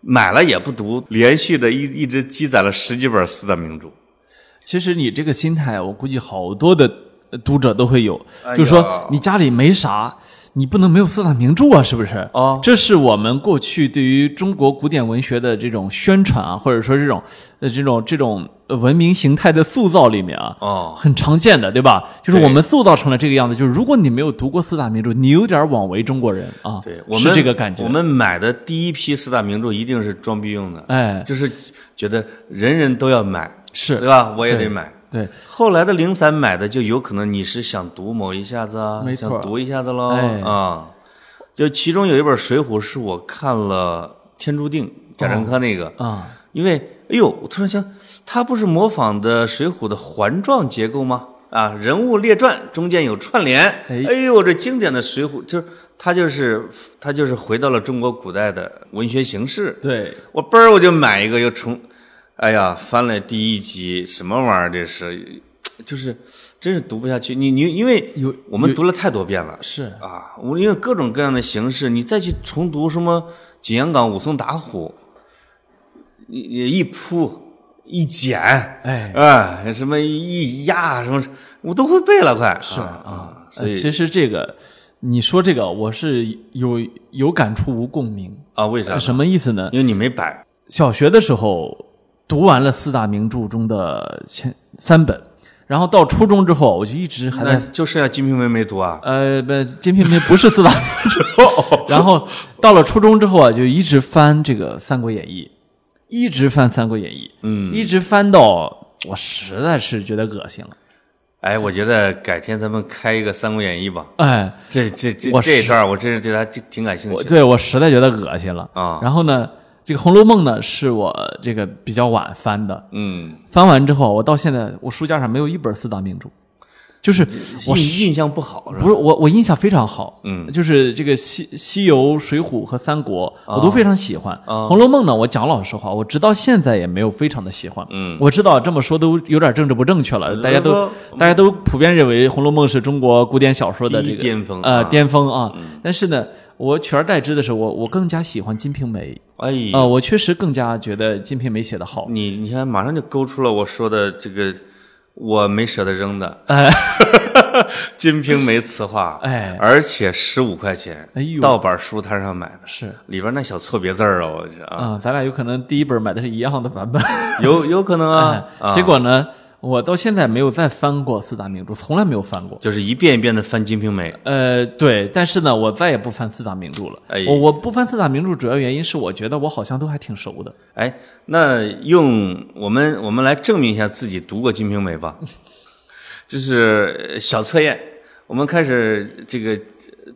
买了也不读，连续的一一直积攒了十几本四大名著。其实你这个心态，我估计好多的呃读者都会有，哎呀就是说你家里没啥，你不能没有四大名著啊，是不是？哦这是我们过去对于中国古典文学的这种宣传啊，或者说这种呃这种这种呃文明形态的塑造里面啊。哦，很常见的，对吧？就是对我们塑造成了这个样子。就是如果你没有读过四大名著，你有点枉为中国人啊。对，我是们这个感觉。我们买的第一批四大名著一定是装逼用的，哎，就是觉得人人都要买，对是吧？我也得对买。对，后来的零散买的，就有可能你是想读某一下子啊，没错想读一下子喽啊、哎就其中有一本《水浒》是我看了《天注定》贾樟柯那个，啊，因为哎呦，我突然想，他不是模仿的《水浒》的环状结构吗？啊，人物列传中间有串联，哎哎呦，这经典的《水浒》就是他就是他就是回到了中国古代的文学形式，对，我嘣儿我就买一个，又重，哎呀，翻了第一集，什么玩意儿？这是，就是真是读不下去。你你因为有我们有读了太多遍了是啊，我因为各种各样的形式，你再去重读什么《景阳冈武松打虎》，你你一扑一剪，哎，哎，什么一压什么，我都会背了，快是啊，所呃以其实这个你说这个，我是有有感触无共鸣。啊，为啥？什么意思呢？因为你没摆小学的时候读完了四大名著中的前三本，然后到初中之后，我就一直还那在就剩下《金瓶梅》没读啊。呃，不，《金瓶梅》不是四大名 著。 然后到了初中之后啊，就一直翻这个《三国演义》，一直翻《三国演义》，嗯一直翻到我实在是觉得恶心了。哎，我觉得改天咱们开一个《三国演义》吧。哎，这这这我这一是段儿我真是对他挺挺感兴我趣的。对我实在觉得恶心了啊然后呢，这个《红楼梦》呢，是我这个比较晚翻的，嗯，翻完之后，我到现在我书架上没有一本四大名著，就是我印印象不好是吧？不是我我印象非常好，嗯，就是这个西西游、水浒和三国我都非常喜欢，啊红楼梦》呢，我讲老实话，我直到现在也没有非常的喜欢，嗯呃我知道这么说都有点政治不正确了，大家不都大家都普遍认为《红楼梦》是中国古典小说的第这一个巅峰呃啊巅峰啊，但是呢，我取而代之的是我我更加喜欢《金瓶梅》哎呀，啊，我确实更加觉得《金瓶梅》写的好，你你看，马上就勾出了我说的这个我没舍得扔的， 金瓶梅》词话，哎而且十五块钱，哎呦盗版书摊上买的，是里边那小错别字儿啊，我去啊，啊、咱俩有可能第一本买的是一样的版本。有有可能啊，啊结果呢，我到现在没有再翻过四大名著，从来没有翻过。就是一遍一遍的翻《金瓶梅》，呃，对，但是呢，我再也不翻四大名著了。哎我我不翻四大名著，主要原因是我觉得我好像都还挺熟的。哎，那用我们我们来证明一下自己读过《金瓶梅》吧，就是呃小测验。我们开始这个呃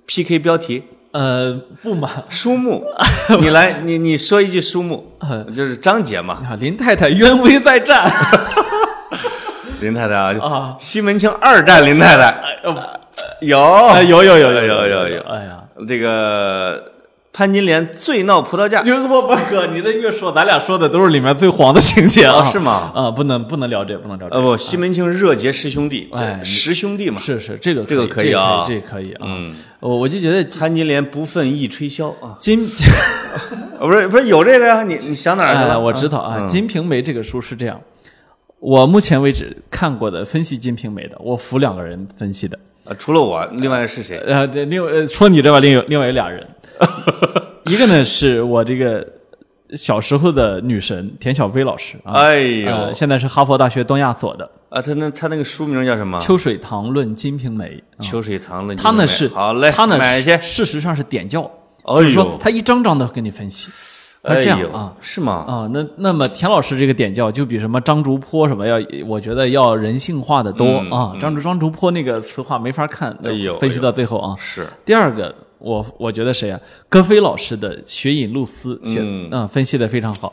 PK 标题，呃，不嘛，书 目，你来，你你说一句书目，就是章节嘛。啊林太太冤危在战，林太太啊，啊西门庆二战林太太哎呦呃有哎有有有有有有哎呀，有，这个潘金莲醉闹葡萄 架，就不不哥，你这越说，咱俩说的都是里面最黄的情节啊，哦是吗？啊，不能不能聊这，不能聊这，呃不，西门庆热结十兄弟，哎这你十兄弟嘛。是是，这个这个可以啊这个可以这个可以啊。嗯，我我就觉得潘金莲不愤一吹箫啊，金， 啊不是不是有这个呀？你你想哪儿去哎，了？我知道啊，嗯《金瓶梅》这个书是这样，我目前为止看过的分析《金瓶梅》的，我服两个人分析的，啊除了我，另外是谁？呃，这另外呃除了你之外，另有另外有 俩人，一个呢是我这个小时候的女神田小薇老师啊，哎呦呃现在是哈佛大学东亚所的啊，他那他那个书名叫什么？《秋水堂论《金瓶梅》啊。秋水堂嗯论金他瓶梅。呢是，好嘞，他呢买去是。事实上是点教，哎就是说呦，他一张张的给你分析，他哎这样呦啊，是吗？啊、那那么田老师这个点教就比什么张竹坡什么要，我觉得要人性化的多、嗯啊。张竹张竹坡那个词话没法看，哎呦分析到最后啊。是第二个，我我觉得谁啊？戈飞老师的《雪饮露丝》写嗯分析的非常好。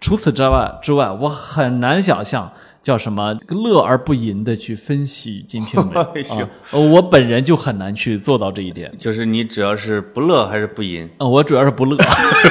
除此之外之外，我很难想象叫什么乐而不淫的去分析《金瓶梅》 哎呦啊、呃我本人就很难去做到这一点。就是你只要是不乐还是不淫，呃我主要是不乐。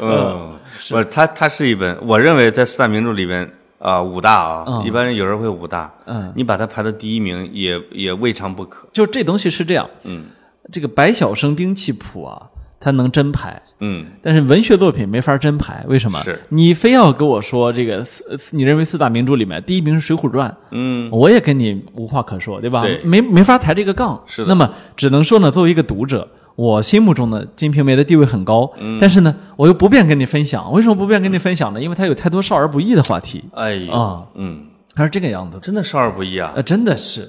嗯，我它它是一本，我认为在四大名著里边啊、五大啊，一般人有人会五大，嗯，你把它排到第一名也也未尝不可，就这东西是这样，嗯，这个白晓生兵器谱啊，它能真排，嗯，但是文学作品没法真排，为什么？是你非要跟我说这个四，四你认为四大名著里面第一名是《水浒传》，嗯，我也跟你无话可说，对吧？对没没法抬这个杠。是的那么只能说呢，作为一个读者。我心目中的《金瓶梅》的地位很高，嗯但是呢，我又不便跟你分享。为什么不便跟你分享呢？因为它有太多少儿不宜的话题，哎呦，啊嗯，它是这个样子的。真的少儿不宜啊，呃，真的是，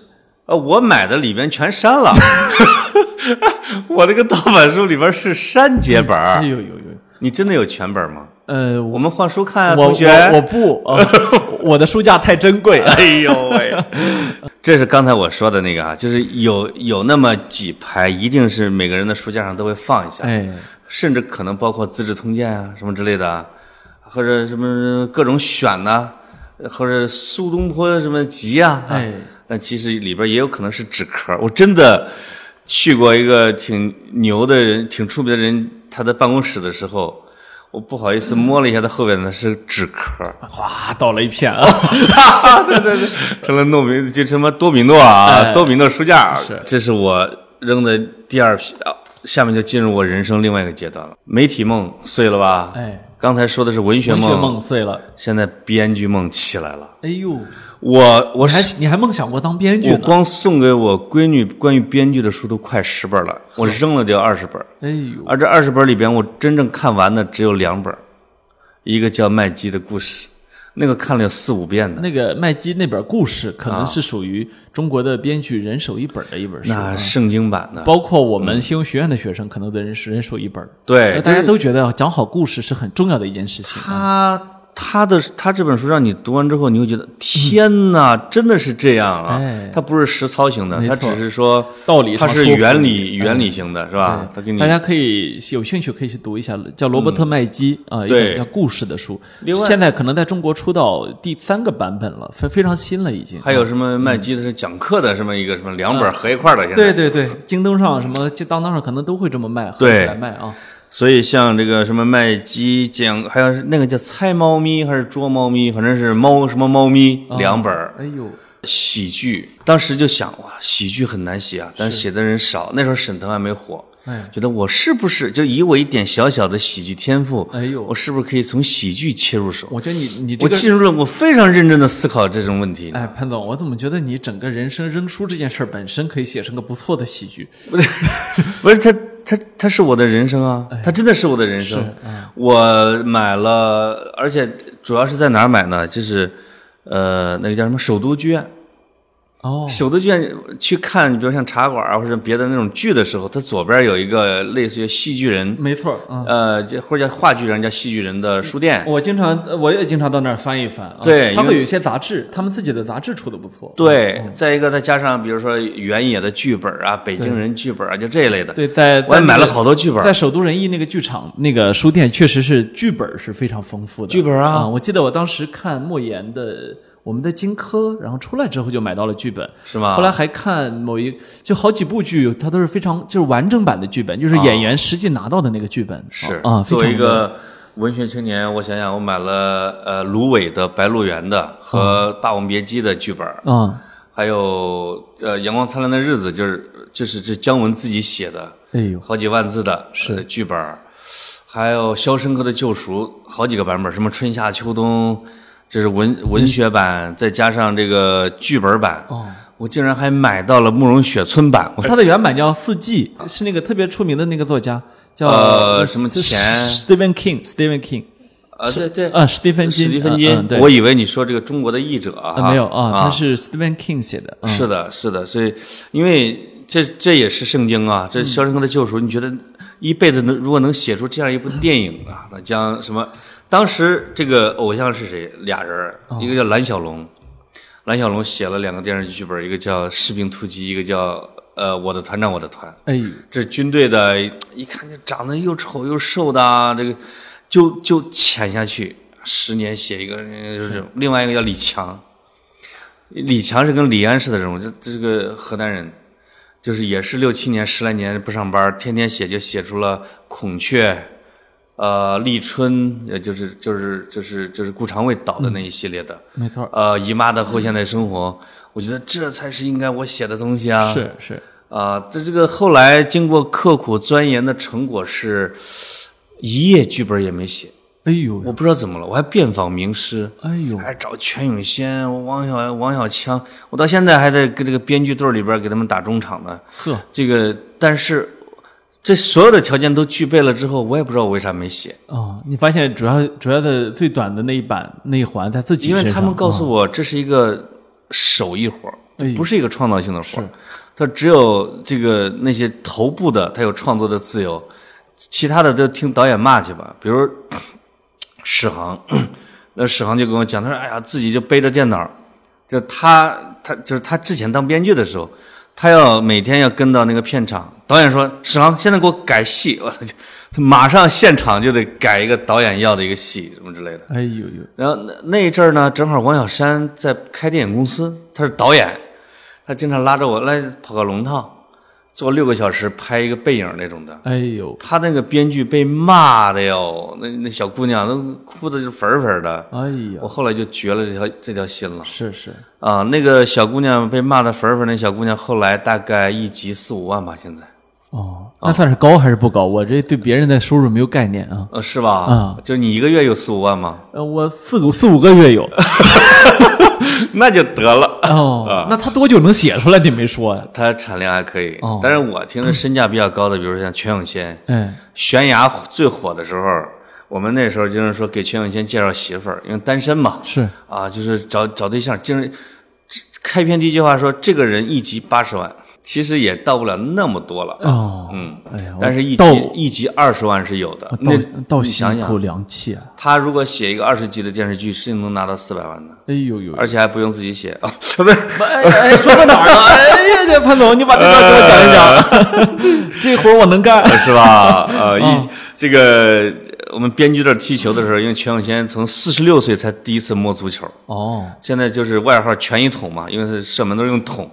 啊，我买的里边全删了， 我那个盗版书里边是删节本哎儿，呦呦呦，你真的有全本吗？呃，我我们换书看啊，我同学，我我不、呃 我的书架太珍贵了。哎呦 喂，这是刚才我说的那个啊，就是有有那么几排，一定是每个人的书架上都会放一下，哎，甚至可能包括《资治通鉴》啊什么之类的啊，或者什么各种选呐、或者苏东坡什么集啊，啊哎但其实里边也有可能是纸壳。我真的去过一个挺牛的人，挺出名的人，他的办公室的时候，我不好意思摸了一下他后边的是纸壳，哗，倒了一 片啊！对对对，成了糯米就什么多米诺啊，哎多米诺书架，是这是我扔的第二批啊。下面就进入我人生另外一个阶段了，媒体梦碎了吧？哎，刚才说的是文学文梦，学梦碎了。现在编剧梦起来了。哎呦，我我你还是你还梦想过当编剧我呢？光送给我闺女关于编剧的书都快十本了，我扔了掉二十本，哎呦，而这二十本里边，我真正看完的只有两本，一个叫《麦基的故事》，那个看了有四五遍的。那个麦基那本故事可能是属于中国的编剧人手一本的一本书，啊那圣经版的，包括我们新闻学院的学生可能都人手人手一本。嗯对呃就大是家都觉得讲好故事是很重要的一件事情。他他的他这本书让你读完之后，你会觉得天哪，真的是这样啊！嗯哎它不是实操型的，没它错只是说道理它上是说服原你哎理原理型的，是吧？啊它给你大家可以有兴趣可以去读一下，叫罗伯特麦基啊、一对本叫故事的书。另外现在可能在中国出到第三个版本了，非非常新了已经。还有什么麦基的是讲课的，什么一个什么两本合一块儿的，现在啊对对对，京东上什么、当当上可能都会这么卖，合起对来卖啊。所以像这个什么麦基讲，还有是那个叫猜猫咪还是捉猫咪，反正是猫什么猫咪两本儿哎呦，喜剧，当时就想哇，喜剧很难写啊，但是写的人少，那时候沈腾还没火。哎，觉得我是不是就以我一点小小的喜剧天赋，哎呦我是不是可以从喜剧切入手？我觉得你你这我个。进入了我非常认真的思考这种问题。哎，潘总，我怎么觉得你整个人生扔书这件事儿本身可以写成个不错的喜剧？哎不是他，他他是我的人生啊，他真的是我的人生。啊嗯我买了，而且主要是在哪儿买呢？就是呃，那个叫什么首都剧院。哦，首都剧院去看，比如像茶馆啊，或者别的那种剧的时候，它左边有一个类似于戏剧人，没错儿，嗯，呃，这或者叫话剧人，叫戏剧人的书店。我经常我也经常到那儿翻一翻啊。对他因会为有一些杂志，他们自己的杂志出的不错。对，哦再一个再加上比如说原野的剧本啊，北京人剧本啊，就这一类的。对，在我也在买那了个好多剧本在。首都人艺那个剧场那个书店，确实是剧本是非常丰富的。嗯剧本啊我记得我当时看莫言的《我我们在荆轲，然后出来之后就买到了剧本，是吗？后来还看某一就好几部剧，它都是非常就是完整版的剧本，就是演员实际拿到的那个剧本啊是啊。非作为常一个文学青年，我想想，我买了呃芦苇的《白鹿原》的哦和《霸王别姬》的剧本，啊，还有呃《阳光灿烂的日子》，就是就是这姜文自己写的哎呦，好几万字的是剧本儿，还有《肖申克的救赎》好几个版本，什么春夏秋冬，这是文文学版，再加上这个剧本版。嗯哦我竟然还买到了慕容雪村版，我它的原版叫《四季》，是那个特别出名的那个作家叫呃什么钱 Stephen King，Stephen King 啊对对啊，史蒂芬金，史蒂嗯芬嗯金，对，我以为你说这个中国的译者啊啊，没有啊，啊他，是 Stephen King 写的，嗯是的，是的，所以因为这这也是圣经啊，这《肖申克的救赎》，你觉得一辈子能如果能写出这样一部电影啊，那将什么？当时这个偶像是谁？俩人儿，一个叫蓝小龙，蓝小龙写了两个电视剧剧本，一个叫《士兵突击》，一个叫呃《我的团长我的团》。哎呦，这军队的，一看就长得又丑又瘦的、啊，这个就就潜下去，十年写一个，呃就是这种。另外一个叫李强，李强是跟李安似的这种，这这是个河南人，就是也是六七年十来年不上班，天天写就写出了《孔雀》。呃，立春，也就是就是就是就是顾长卫导的那一系列的，没错，呃，姨妈的后现代生活，我觉得这才是应该我写的东西啊。是是，啊，这这个后来经过刻苦钻研的成果是，一页剧本也没写，哎呦，我不知道怎么了，我还遍访名师，哎呦，还找全永先、王小王小枪，我到现在还在跟这个编剧队里边给他们打中场呢。呵，这个，但是这所有的条件都具备了之后，我也不知道我为啥没写，哦，你发现主要主要的最短的那一版那一环在自己因为身他上们告诉我这是一个手艺活儿哎呦不是一个创造性的活儿它只有这个那些头部的，他有创作的自由，其他的都听导演骂去吧。比如史航，那史航就跟我讲，他说：“哎呀，自己就背着电脑，就他他就是他之前当编剧的时候，他要每天要跟到那个片场，导演说史航现在给我改戏，我操，就他马上现场就得改一个导演要的一个戏什么之类的。”哎呦呦，然后那那一阵儿呢，正好王小山在开电影公司，他是导演，他经常拉着我来跑个龙套，坐六个小时拍一个背影那种的。哎呦，他那个编剧被骂的哟，那那小姑娘都哭的就粉儿粉儿的。哎我呦，后来就绝了这条这条心了是是，啊！那个小姑娘被骂的粉儿粉儿，那小姑娘后来大概一集四五万吧，现在哦，那算是高还是不高？我这对别人的收入没有概念啊。呃是吧？啊，就是你一个月有四五万吗？呃，我四五四五个月有 那就得 了。哦，那他多久能写出来？你没说呀？它产量还可以，哦但是我听的身价比较高的，比如说像全永先，哎，悬崖最火的时候，我们那时候经常说给全永先介绍媳妇儿，因为单身嘛，是啊，就是找找对象，经常这开篇第一句话说这个人一集八十万，其实也到不了那么多了，哦，嗯，哎呀，啊但是一集到一集二十万是有的，那到到你想心口想，凉气啊！他如果写一个二十集的电视剧，是能拿到四百万的，哎呦呦，而且还不用自己写啊，不是。哎哎，说到哪儿 了？哎呀，这潘总，你把这段给我讲一 讲，这活我能干。是吧？呃，一这个我们编剧队踢球的时候，因为全永先从四十六岁才第一次摸足球，哦，现在就是外号“全一桶”嘛，因为他射门都是用桶。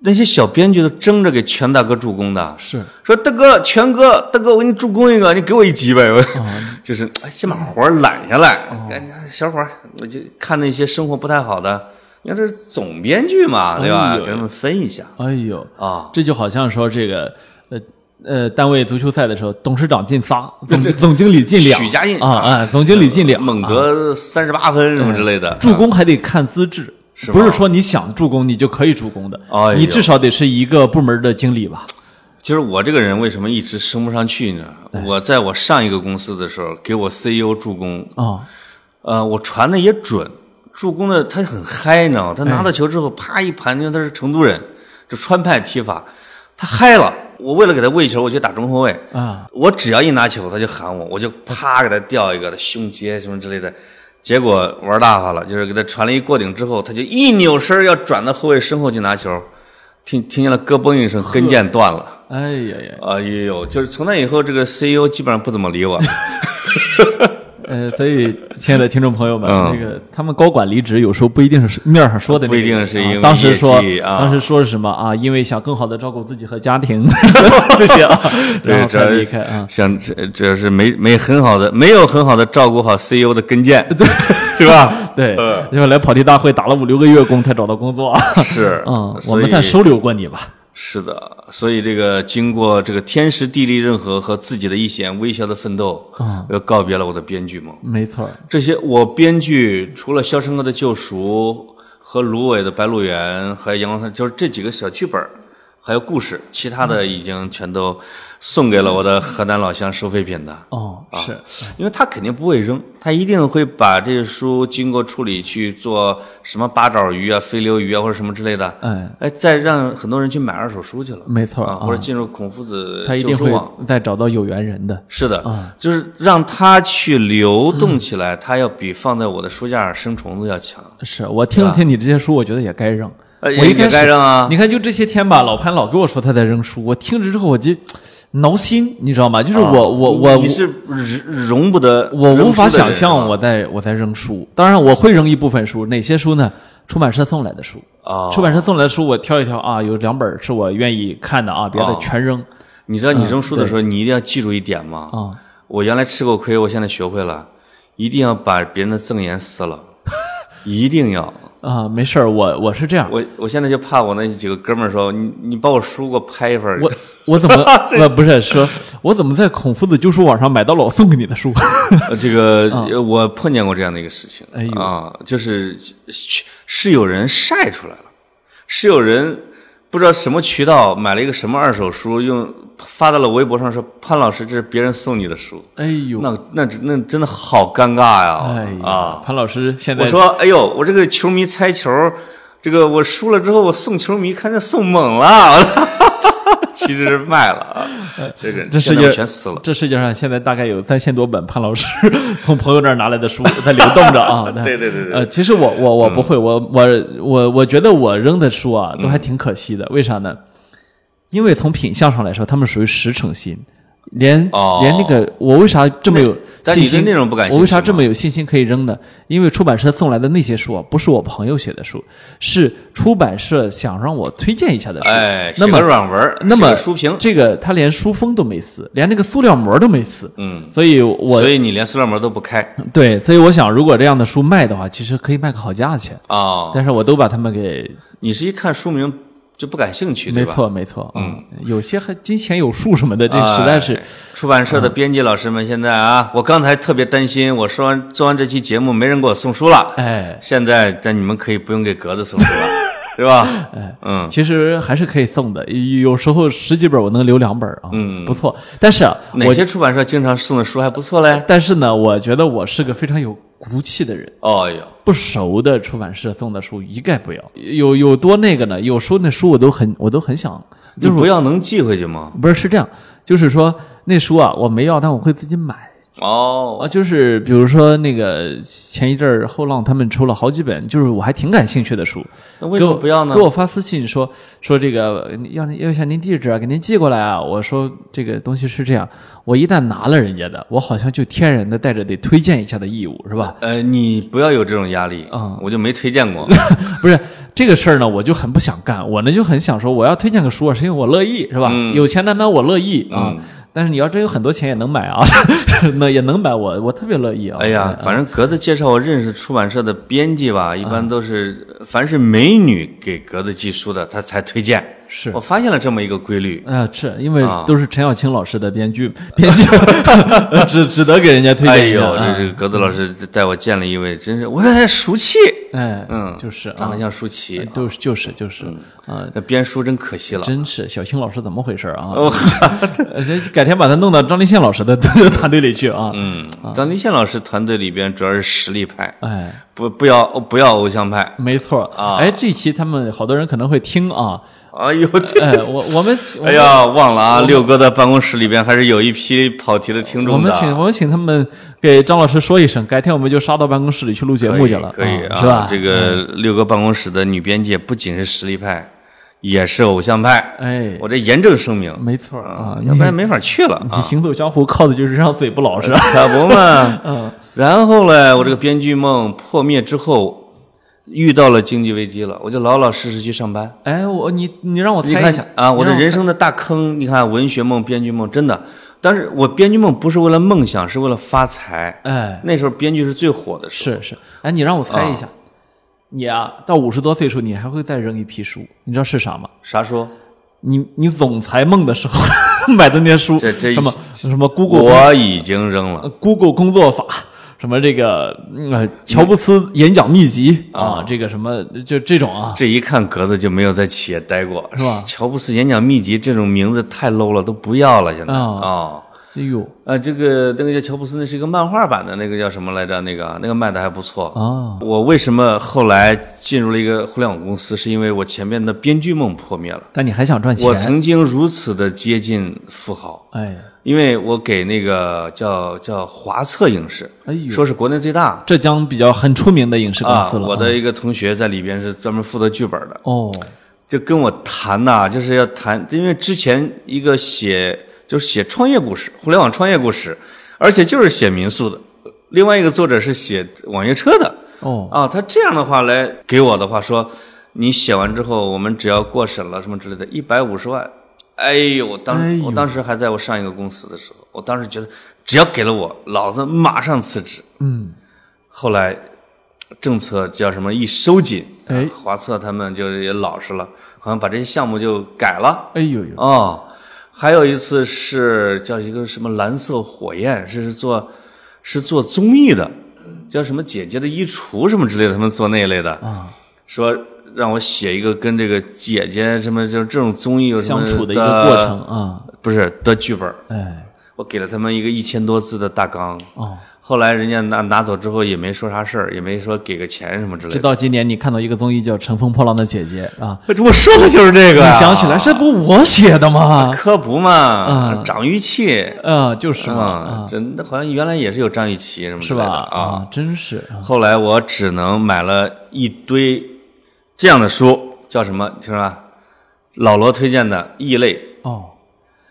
那些小编剧都争着给全大哥助攻的，啊是说大哥，全哥，大哥，我给你助攻一个，你给我一集哦呗。我、 就是哎先把活儿揽下来，赶紧、小伙儿，我就看那些生活不太好的，你看这是总编剧嘛，对吧？哎呦给他们分一下哎呦，啊。这就好像说这个呃呃，单位足球赛的时候，董事长 进仨，总总经理进俩，许家印呃啊啊，总经理进俩，猛啊嗯得三十八分什么之类的，啊助攻还得看资质。是吗不是说你想助攻你就可以助攻的，哎呦你至少得是一个部门的经理吧？就是我这个人为什么一直升不上去呢？哎我在我上一个公司的时候，给我 CEO 助攻，啊、呃，我传的也准，助攻的他很嗨，你知道吗？他拿到球之后，啪一盘，因为他是成都人，这川派踢法，他嗨了。 我为了给他喂球，我就打中后卫啊。我只要一拿球，他就喊我，我就啪给他吊一个，他胸接什么之类的。结果玩大发了，就是给他传了一过顶之后，他就一扭身要转到后卫身后去拿球，听听见了咯嘣一声，跟腱断了。 哎呀呀，E 哎呦，就是从那以后，这个 CEO 基本上不怎么理我。哎呃，所以亲爱的听众朋友们，嗯这个他们高管离职有时候不一定是面上说的那个不一原因定啊，是因为当时说业绩，啊当时说是什么啊？因为想更好的照顾自己和 家庭这些啊，然对，后主才要离开啊。像这这是没没很好的，没有很好的照顾好 CEO 的跟荐，对 对吧？对呃，因为来跑题大会打了五六个月工才找到工作啊。是，嗯，我所们以算收留过你吧？是的，所以这个经过这个天时地利人和和自己的一线微小的奋斗，嗯我又告别了我的编剧梦。没错儿，这些我编剧除了《肖申克的救赎》和芦苇的《白鹿原》，还有《阳光灿烂》，就是这几个小剧本儿，还有故事，其他嗯的已经全都送给了我的河南老乡收废品的。哦，是因为他肯定不会扔，他一定会把这个书经过处理去做什么八爪鱼啊、飞流鱼啊或者什么之类的，哎，哎，再让很多人去买二手书去了，没错啊，啊或者进入孔夫子他一旧定书会啊网。再找到有缘人的。是的，就是让它去流嗯动起来，它要比放在我的书架上生虫子要强。是我听了听你这些书，我觉得也该扔。呃我一也开也始该扔啊你看就这些天吧，老潘老跟我说他在扔书，我听着之后我就挠心，你知道吗？就是我、我我啊你是容容不得，我容不无得法的想人象啊我在我在扔书。当然我会扔一部分书，哪些书呢？出版社送来的书。哦出版社送来的书，我挑一挑啊，有两本是我愿意看的啊，别的哦全扔。你知道你扔书的时候，你一定要记住一点吗？嗯我原来吃过亏，我现在学会了，一定要把别人的赠言撕 了，一定要。啊，没事儿，我我是这样，我我现在就怕我那几个哥们儿说你你把我书给我拍一份儿我我 怎么不不是说，我怎么在孔夫子旧书网上买到了我送给你 的书？呃这 个、呃我碰见过这样的一个事情，啊哎呦啊，就是是是有人晒出来了，是有人不知道什么渠道买了一个什么二手书，用发到了微博上说潘老师这是别人送你的书，哎呦，那那那真的好尴尬呀、哎呀啊！潘老师现在我说，哎呦，我这个球迷猜球，这个我输了之后，我送球迷，看见送懵了， 其实是卖了 啊，这个这世现在界我全撕了。这世界上现在大概有三千多本潘老师 从朋友那儿拿来的书在流动 着啊。那对对对对嗯呃，其实我我我不会，我我我我觉得我扔的书啊，都还挺可惜的。为啥呢？因为从品相上来说，他们属于十成新，连哦连那个我为啥这么有但信你对心？内容不感兴趣我为啥这么有信心可以扔呢？因为出版社送来的那些书啊，不是我朋友写的书，是出版社想让我推荐一下的书。哎，那写么个软文儿，那写么个书评，这个他连书封都没撕，连那个塑料膜都没撕。嗯，所以我所以你连塑料膜都不开对，所以我想，如果这样的书卖的话，其实可以卖个好价钱。啊、但是我都把它们给，你是一看书名就不感兴趣，对没吧？错没错，嗯，有些还金钱有数什么的，这实在是哎出版嗯社的编辑老师们，现在啊，我刚才特别担心，我说完做完这期节目，没人给我送书了。哎，现在但你们可以不用给格子送书了，对 吧？哎嗯，其实还是可以送的。有时候十几本我能留两本啊，嗯不错。但是啊哪我，些出版社经常送的书还不错嘞？但是呢，我觉得我是个非常有骨气的人。哦哟，不熟的出版社送的书一概不要，有有多那个呢？有时候那书我都很我都很想，你不要能寄回去吗？不是是这样，就是说那书啊我没要，但我会自己买啊。哦，就是比如说那个前一阵儿后浪他们出了好几本，就是我还挺感兴趣的书，那为什么给我不要呢给？我发私信说说这个呃要要一下您地址啊，给您寄过来啊。我说这个东西是这样，我一旦拿了人家的，我好像就天然的带着得推荐一下的义务，是吧？呃，你不要有这种压力嗯我就没推荐 过。不是这个事儿呢，我就很不想干。我呢就很想说，我要推荐个书啊，是因为我乐意，是吧？嗯有钱难买我乐意啊。但是你要真有很多钱也能买啊， 那也能买我，我特别乐意啊。啊哎呀，反正格子介绍我认识出版社的编辑吧，一般都是呃凡是美女给格子寄书的，他才推荐。是我发现了这么一个规律。哎呀，是因为哦啊都是陈小青老师的编剧，编剧 只只得给人家推哎荐一呦下，啊嗯这这个格子老师带我见了一位，真是我舒淇，哎，嗯就是长啊得，像舒淇，都是就是就是啊，那编书真可惜了。真是小青老师怎么回事啊？哦 人家改天把他弄到张立宪老师的 团队里去啊。嗯，张立宪老师团队里边主要是实力派，哎，不不要不要偶像派。没错啊哎，这期他们好多人可能会听啊，哎呦，哎，我 我们哎，呀，忘了啊！六哥的办公室里边还是有一批跑题的听我众们的。请我们请他们给张老师说一声，改天我们就杀到办公室里去录节目去了，嗯可以可以啊啊是吧？这个六哥办公室的女编辑不仅是实力派，也是偶像派。哎，我这严正声明没错儿啊，嗯要不然没法去了你 啊，呃行走江湖靠的就是让嘴不老实。可不嘛。嗯，然后嘞，我这个编剧梦破灭之后，遇到了经济危机了，我就老老实实去上班。哎，我你你让我你猜看一下啊，我的的人生的大坑，你看文学梦、编剧梦，真的。但是我编剧梦不是为了梦想，是为了发财。哎那时候编剧是最火的时候，是是，哎，你让我猜啊一下，你啊到五十多岁的时候，你还会再扔一批书，你知道是啥吗？啥说？你你总裁梦的时候 买的那些书，这这什么什么 Google 我已经扔了。 Google 工作法，什么这个嗯呃乔布斯演讲秘籍啊，这个什么就这种啊，这一看格子就没有在企业待过，是吧乔布斯演讲秘籍这种名字太 low 了，都不要了。现在啊、啊哦哎呦呃，这个那个叫乔布斯，那是一个漫画版的，那个叫什么来着？那个那个卖的还不错。啊，我为什么后来进入了一个互联网公司？是因为我前面的编剧梦破灭了。但你还想赚钱我？曾经如此的接近富豪，哎，因为我给那个叫叫华策影视，哎呦说是国内最大浙江比较很出名的影视公啊。司了，嗯我的一个同学在里边是专门负责剧本的，哦，就跟我谈呐、就是要谈，因为之前一个写就是写创业故事，互联网创业故事，而且就是写民宿的，另外一个作者是写网约车的，哦，啊，他这样的话来给我的话说，你写完之后，我们只要过审了什么之类的，一百五十万。哎呦，我当、哎呦我当时还在我上一个公司的时候，我当时觉得只要给了我，老子马上辞职。嗯，后来政策叫什么一收紧，哎啊华策他们就是也老实了，好像把这些项目就改了。哎呦呦，哦，还有一次是叫一个什么蓝色火焰，是是做是做综艺的，叫什么姐姐的衣橱什么之类的，他们做那一类的啊，说让我写一个跟这个姐姐什么就是这种综艺有什么相处的一个过，程啊，不是的剧本儿，哎，我给了他们一个一千多字的大纲。哦，后来人家拿拿走之后也没说啥事儿，也没说给个钱什么之类直的。到今年你看到一个综艺叫《乘风破浪的姐姐》啊，我说的就是这你个呀、想起来这不我写的 吗？科普嘛，嗯长鱼气，嗯，就是嘛，啊啊，，真的好像原来也是有张雨绮什么之是类的吧？啊。啊，真是啊后来我只能买了一堆这样的书，叫什么？听说吧？老罗推荐的《异类》哦，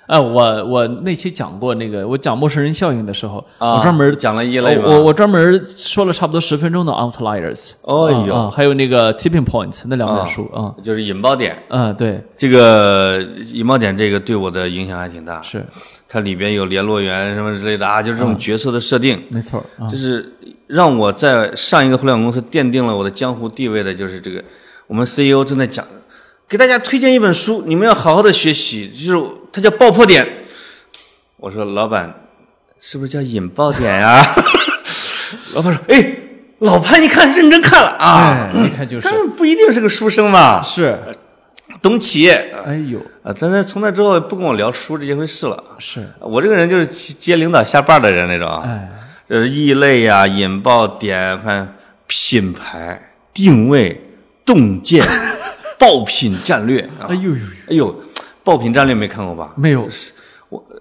哎，我我那期讲过那个，我讲陌生人效应的时候，啊，我专门讲了《异类》我吧我我专门说了差不多十分钟的 Outliers，哦啊哟啊还有那个 Tipping Point 那两啊本书啊，就是引爆点。嗯，对，这个引爆点这个对我的影响还挺大，是它里边有联络员什么之类的啊，嗯就是这种角色的设定，没错啊就是让我在上一个互联网公司奠定了我的江湖地位的，就是这个我们 CEO 正在讲，给大家推荐一本书，你们要好好的学习，就是它叫《爆破点》。我说老板，是不是叫引爆点呀、 老板说，哎，老潘一看认真看了啊，哎，你看就是他们不一定是个书生嘛，是，懂企业哎呦啊。但是从那之后不跟我聊书这些回事了。是，我这个人就是接领导下班的人那种啊。哎就是异类呀、引爆点，看品牌定位、洞见、 爆品战略啊哎！呦呦呦，哎呦，爆品战略没看过吧？没有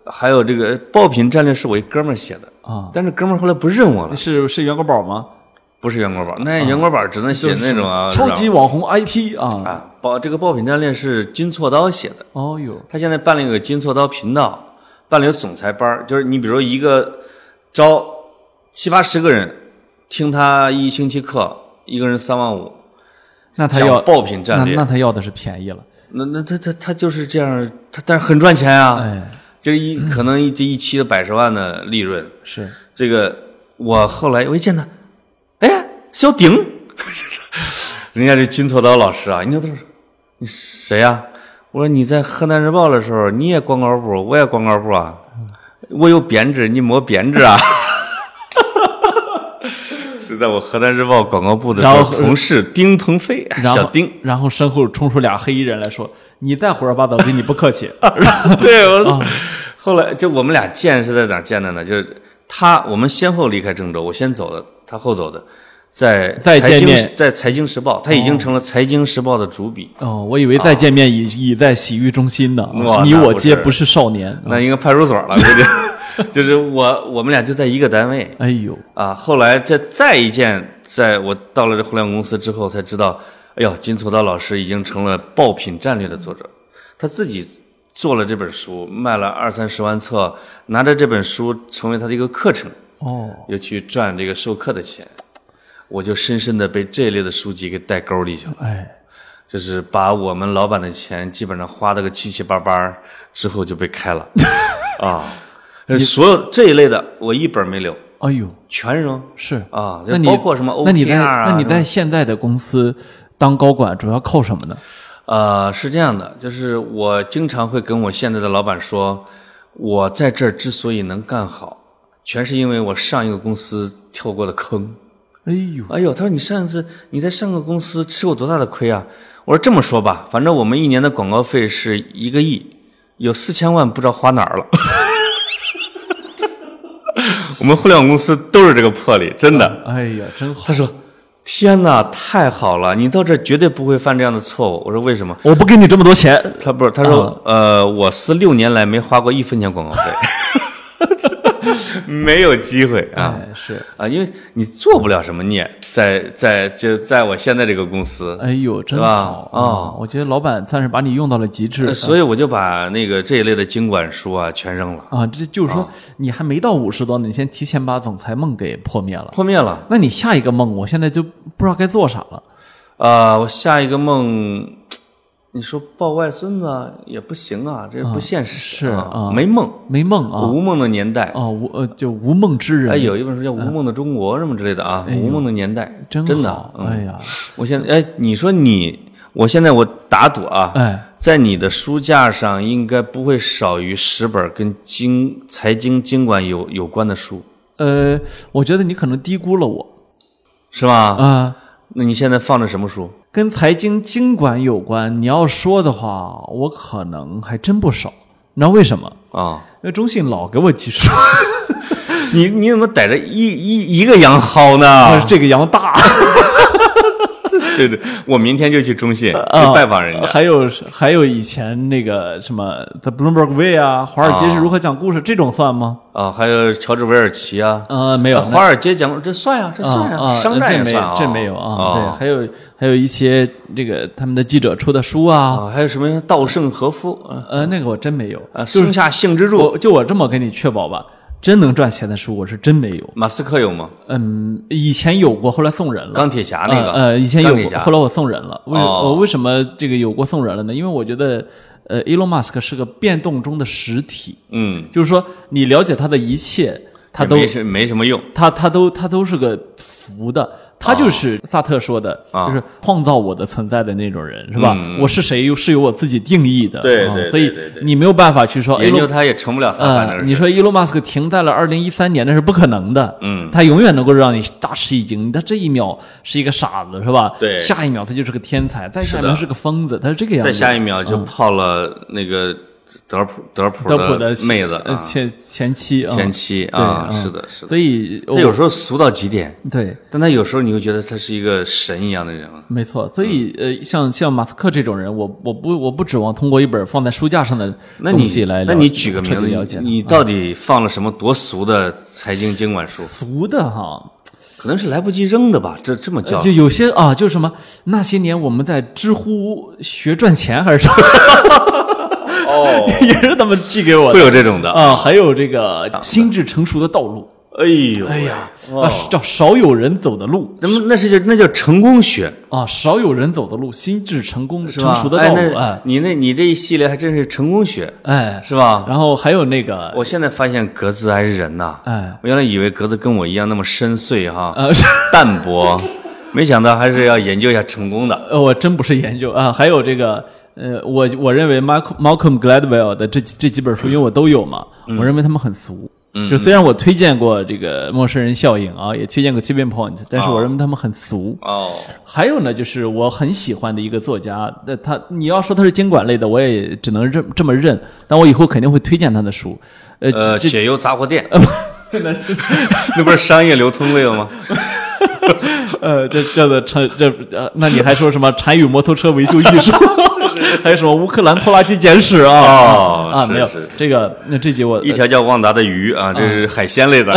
还有这个哎爆品战略是我一哥们儿写的，啊，哎但是哥们儿后来不认我了，是是袁国宝吗？不是袁国宝，那袁国宝只能写那种啊，啊超是级网红 IP 吧啊，啊，爆这个爆品战略是金错刀写的，哦呦，他现在办了一个金错刀频道，办了一个总裁班儿，就是你比如一个招七八十个人，听他一星期课，一个人三万五，那他要讲爆品战那略那，他要的是便宜了，那那他他他就是这样，他但是很赚钱啊，哎就是一可能一这一期的百十万的利润。是，这个我后来我一见他，哎，肖鼎， 人家这金错刀老师啊，人家都是你谁呀、我说你在河南日报的时候，你也广告部，我也广告部啊，我有编制，你没编制啊。 是在我河南日报广告部的时然候，后呃同事丁鹏飞，然后小丁，然后身后冲出俩黑衣人来说：“你再胡说八道，跟你不客 气。对，我、啊后来就我们俩见是在哪儿见的呢？就是他，我们先后离开郑州，我先走的，他后走的，在再财见经面在财经时报，他已经成了财经时报的主笔。”哦，我以为再见面已已在洗浴中心呢啊哇，你那我不皆是不是少年。那应该派出所了，估哦计 就是我我们俩就在一个单位哎呦，啊。后来再再一见，在我到了这互联网公司之后才知道，哎呦，金从道老师已经成了爆品战略的作者，他自己做了这本书，卖了二三十万册，拿着这本书成为他的一个课程，哦，又去赚这个授课的钱。我就深深的被这类的书籍给带沟里去了，哎，就是把我们老板的钱基本上花了个七七八八，之后就被开了啊。呃所有这一类的，我一本没留，哎呦，全扔是啊。就那你包括什么 OKR 啊？那你在那你什么在现在的公司当高管，主要靠什么呢？呃，是这样的，就是我经常会跟我现在的老板说，我在这儿之所以能干好，全是因为我上一个公司跳过的坑。哎呦，哎呦，他说你上一次你在上个公司吃过多大的亏啊？我说这么说吧，反正我们一年的广告费是一个亿，有四千万不知道花哪儿了。 我们互联网公司都是这个魄力，真的。哎呀，真好！他说：“天哪，太好了，你到这儿绝对不会犯这样的错误。”我说：“为什么？”我不给你这么多钱，他不是，他说，呃，我司六年来没花过一分钱广告费， 没有机会啊哎，是，啊，因为你做不了什么孽，在在就在我现在这个公司，哎呦，真是吧好啊！我觉得老板算是把你用到了极致呃所以我就把那个这一类的经管书啊全扔了，啊！这就是说，你还没到五十多呢，你先提前把总裁梦给破灭了。破灭了。那你下一个梦，我现在就不知道该做啥了。啊，我下一个梦，你说抱外孙子啊也不行啊，这不现实，是啊没梦，没梦啊无梦的年代。啊，无呃，就无梦之人，哎，有一本书叫《无梦的中国》什么之类的啊，无梦的年代》哎真真的好，嗯哎呀，我现在哎，你说你，我现在我打赌啊，哎，在你的书架上应该不会少于十本跟经财经经管有有关的书，呃，我觉得你可能低估了我是吧？啊。那你现在放着什么书？跟财经经管有关，你要说的话，我可能还真不少。你知道为什么？啊、因为中信老给我寄书，你你怎么逮着一一一个羊薅呢？ 这个羊大， 对对，我明天就去中信啊去拜访人家。还有还有以前那个什么《The Bloomberg Way》啊，《华尔街是如何讲故事》这种算吗？啊，还有乔治·韦尔奇啊，呃，没有，华尔街讲这算呀、这算呀、啊啊商战这也没算啊，这没有啊啊。对，还有还有一些这个他们的记者出的书啊，啊，还有什么稻盛和夫啊，呃，那个我真没有。啊松下幸之助，我就我这么跟你确保吧，真能赚钱的书我是真没有。马斯克有吗？嗯，以前有过，后来送人了。钢铁侠那个，呃，呃以前有钢铁过，侠后来我送人了。为、哦我为什么这个有过送人了呢？因为我觉得，呃，Elon Musk 是个变动中的实体，嗯，就是说你了解他的一切，他也都没什没什么用，他他都他都是个浮的，他就是萨特说的，啊嗯就是创造我的存在的那种人，是吧？我是谁又是由我自己定义的，对啊对对所以对对你没有办法去说研 Elon 究它也成不了它，反呃，正你是。说伊隆马斯克停在了二零一三年，那是不可能的。嗯，他永远能够让你大吃一惊。他这一秒是一个傻子，是吧？对下一秒他就是个天才，再下一是的秒是个疯子，他是这个样再子。下一秒就泡了那个德尔普德尔普德普的妹子啊呃前前妻啊，前妻啊，对嗯是的，是的。所以他我有时候俗到极点，对。但他有时候你会觉得他是一个神一样的人啊。没错，所以呃，像像马斯克这种人，我我不我不指望通过一本放在书架上的那东你西来了那你举个彻底了嗯名解字，你到底放了什么多俗的财经经管书？俗的哈，可能是来不及扔的吧，这这么叫就有些啊，就是什么那些年我们在知乎学赚钱还是什么， 哦，也是他们寄给 我会的有这种的。啊、还有这个心智成熟的道路，哎呦，哎呀，哦啊，叫少有人走的路那么那是叫那叫成功学，啊，少有人走的路，心智成功是成吧？熟的道哎路，那哎你那你这一系列还真是成功学，哎，是吧？然后还有那个，我现在发现格子还是人呐，哎，我原来以为格子跟我一样那么深邃哈，呃， 是淡泊，没想到还是要研究一下成功的。呃，我真不是研究啊， 还有这个，呃，我我认为 Malcolm Malcolm Gladwell 的这几这几本书，因为我都有嘛，我认为他们很俗。就虽然我推荐过这个《陌生人效应》啊，也推荐过《Tipping Point》，但是我认为他们很俗。哦，还有呢，就是我很喜欢的一个作家，那他你要说他是经管类的，我也只能认这么认。但我以后肯定会推荐他的书。呃，呃，这这嗯解忧杂货店，那这 那不是商业流通类了吗？ 呃，这叫做成这呃，那你还说什么 禅语摩托车维修艺术， 还有什么乌克兰拖拉机简史 啊？哦啊，是没有啊是这个，那这集我一条叫旺达的鱼啊，这是海鲜类的。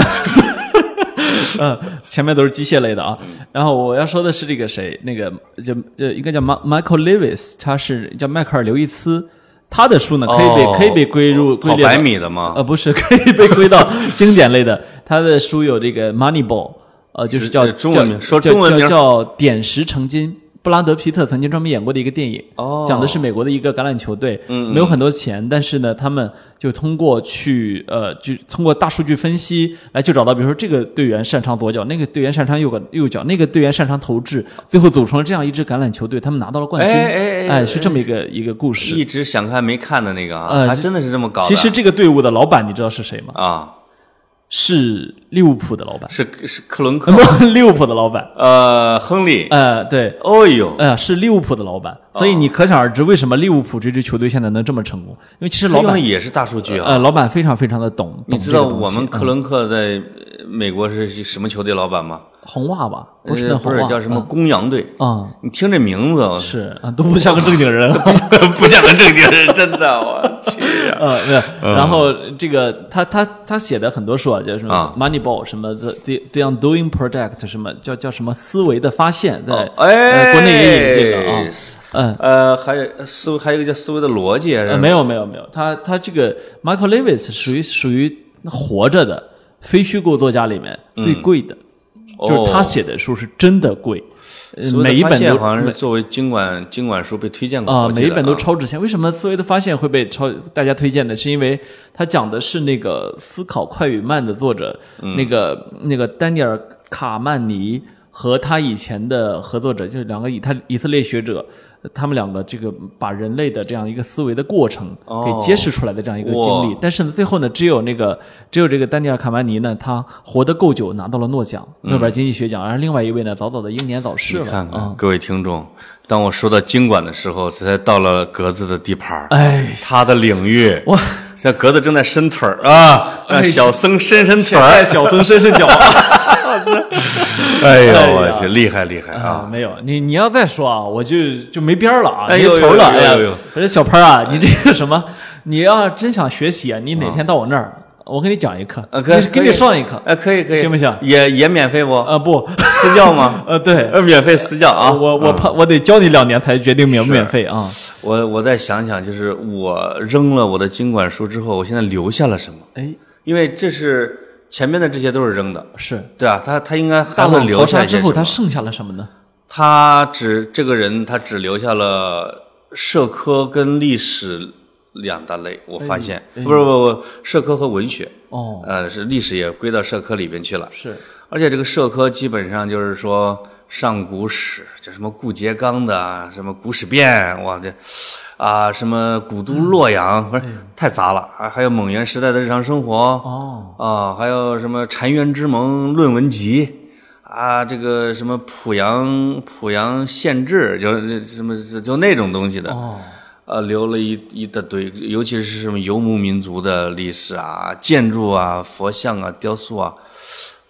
嗯，前面都是机械类的啊。然后我要说的是这个谁，那个就就应该叫 Ma- Michael Lewis，他是叫迈克尔·刘易斯，他的书呢可以被、哦可以被归入归跑列到百米的吗？呃，不是，可以被归到经典类的。 他的书有这个《Moneyball》，呃，就是是叫呃中文叫名说叫中文叫名叫《点石成金》。布拉德皮特曾经专门演过的一个电影，哦嗯讲的是美国的一个橄榄球队，没有很多钱，但是呢，他们就通过去呃，就通过大数据分析来去找到，比如说这个队员擅长左脚，那个队员擅长右个右脚，那个队员擅长投掷，最后组成了这样一支橄榄球队，他们拿到了冠军。啊哎哎哎是这么一个一个故事。一直想看没看的那个啊，呃还真的是这么搞的。其实这个队伍的老板你知道是谁吗？啊，是利物浦的老 板，是是克伦克，不，利物浦的老板，呃，亨利，嗯呃，对，哦呦，呃，是利物浦的老板，哦所以你可想而知为什么利物浦这支球队现在能这么成功，因为其实老他用的板，也是大数据啊。呃，老板非常非常的懂，你懂知这道个东我西嗯们克伦克在美国是什么球队老板吗？红袜吧，不是那呃不红是袜，嗯叫什么公羊队？啊、你听这名字， 我是啊，都不像个正经 人。不像个正经人，真的，我去呀！呃，对，然后这个他他他写的很多书啊，就是什么啊 Moneyball 什么 The The The Undoing Project 什么叫叫什么思维的发现，在、哦 呃哎，国内也引进了啊，嗯、呃，还有思维，还有一个叫思维的逻辑，啊呃，是吧没有没有没有，他他这个 Michael Lewis 属于属于活着的非虚构作家里面最贵的，就是嗯他哦写的书是真的贵，呃思维的每一发本现都好像每是作为经管经管书被推荐过啊、我记每一得本都啊超值钱。为什么思维的发现会被超大家推荐呢？是因为他讲的是那个《思考快与慢》的作者，嗯那个那个丹尼尔卡曼尼和他以前的合作者，就是两个以他以色列学者。他们两个这个把人类的这样一个思维的过程哦给揭示出来的这样一个经历，哇但是呢，最后呢，只有那个只有这个丹尼尔卡曼尼呢，他活得够久，拿到了诺奖，诺贝尔经济学奖，而另外一位呢，早早的英年早逝嗯了。啊你看看各位听众，当我说到经管的时候，这才到了格子的地盘儿， 哎，他的领域。哇，像格子正在伸腿儿啊，哎让小僧伸伸腿儿。小曾伸伸脚。 哎呦哎呀我去，厉害厉害啊！啊，没有你，你要再说啊，我就就没边儿了啊，哎没呦头了。呦呦哎呀呦，我说小潘啊，你这个什么，你要真想学习啊，你哪天到我那儿，我给你讲一课，啊，可以给可你以上一课。哎，可以可以，行不行也也免费不？啊不， 私教吗？呃对，呃，免费私教啊！我我怕我得教你两年才决定免不免费啊。我我再想想，就是我扔了我的经管书之后，我现在留下了什么？哎，因为这是前面的这些都是扔的，是对啊，他他应该还大会浪淘留下沙一些什之么后，他剩下了什么呢？他只这个人他只留下了社科跟历史两大类，我哎发现、不是不不社科和文学，哦，呃是历史也归到社科里边去了。是而且这个社科基本上就是说上古史，这什么顾颉刚的啊，什么古史辨，哇这啊什么古都洛阳，不是太杂了，啊还还有蒙元时代的日常生活哦，啊，还有什么澶渊之盟论文集。啊，这个什么濮阳濮阳县志，就是什么就那种东西的，哦，呃，留了一一大堆，尤其是什么游牧民族的历史啊、建筑啊、佛像啊、雕塑啊，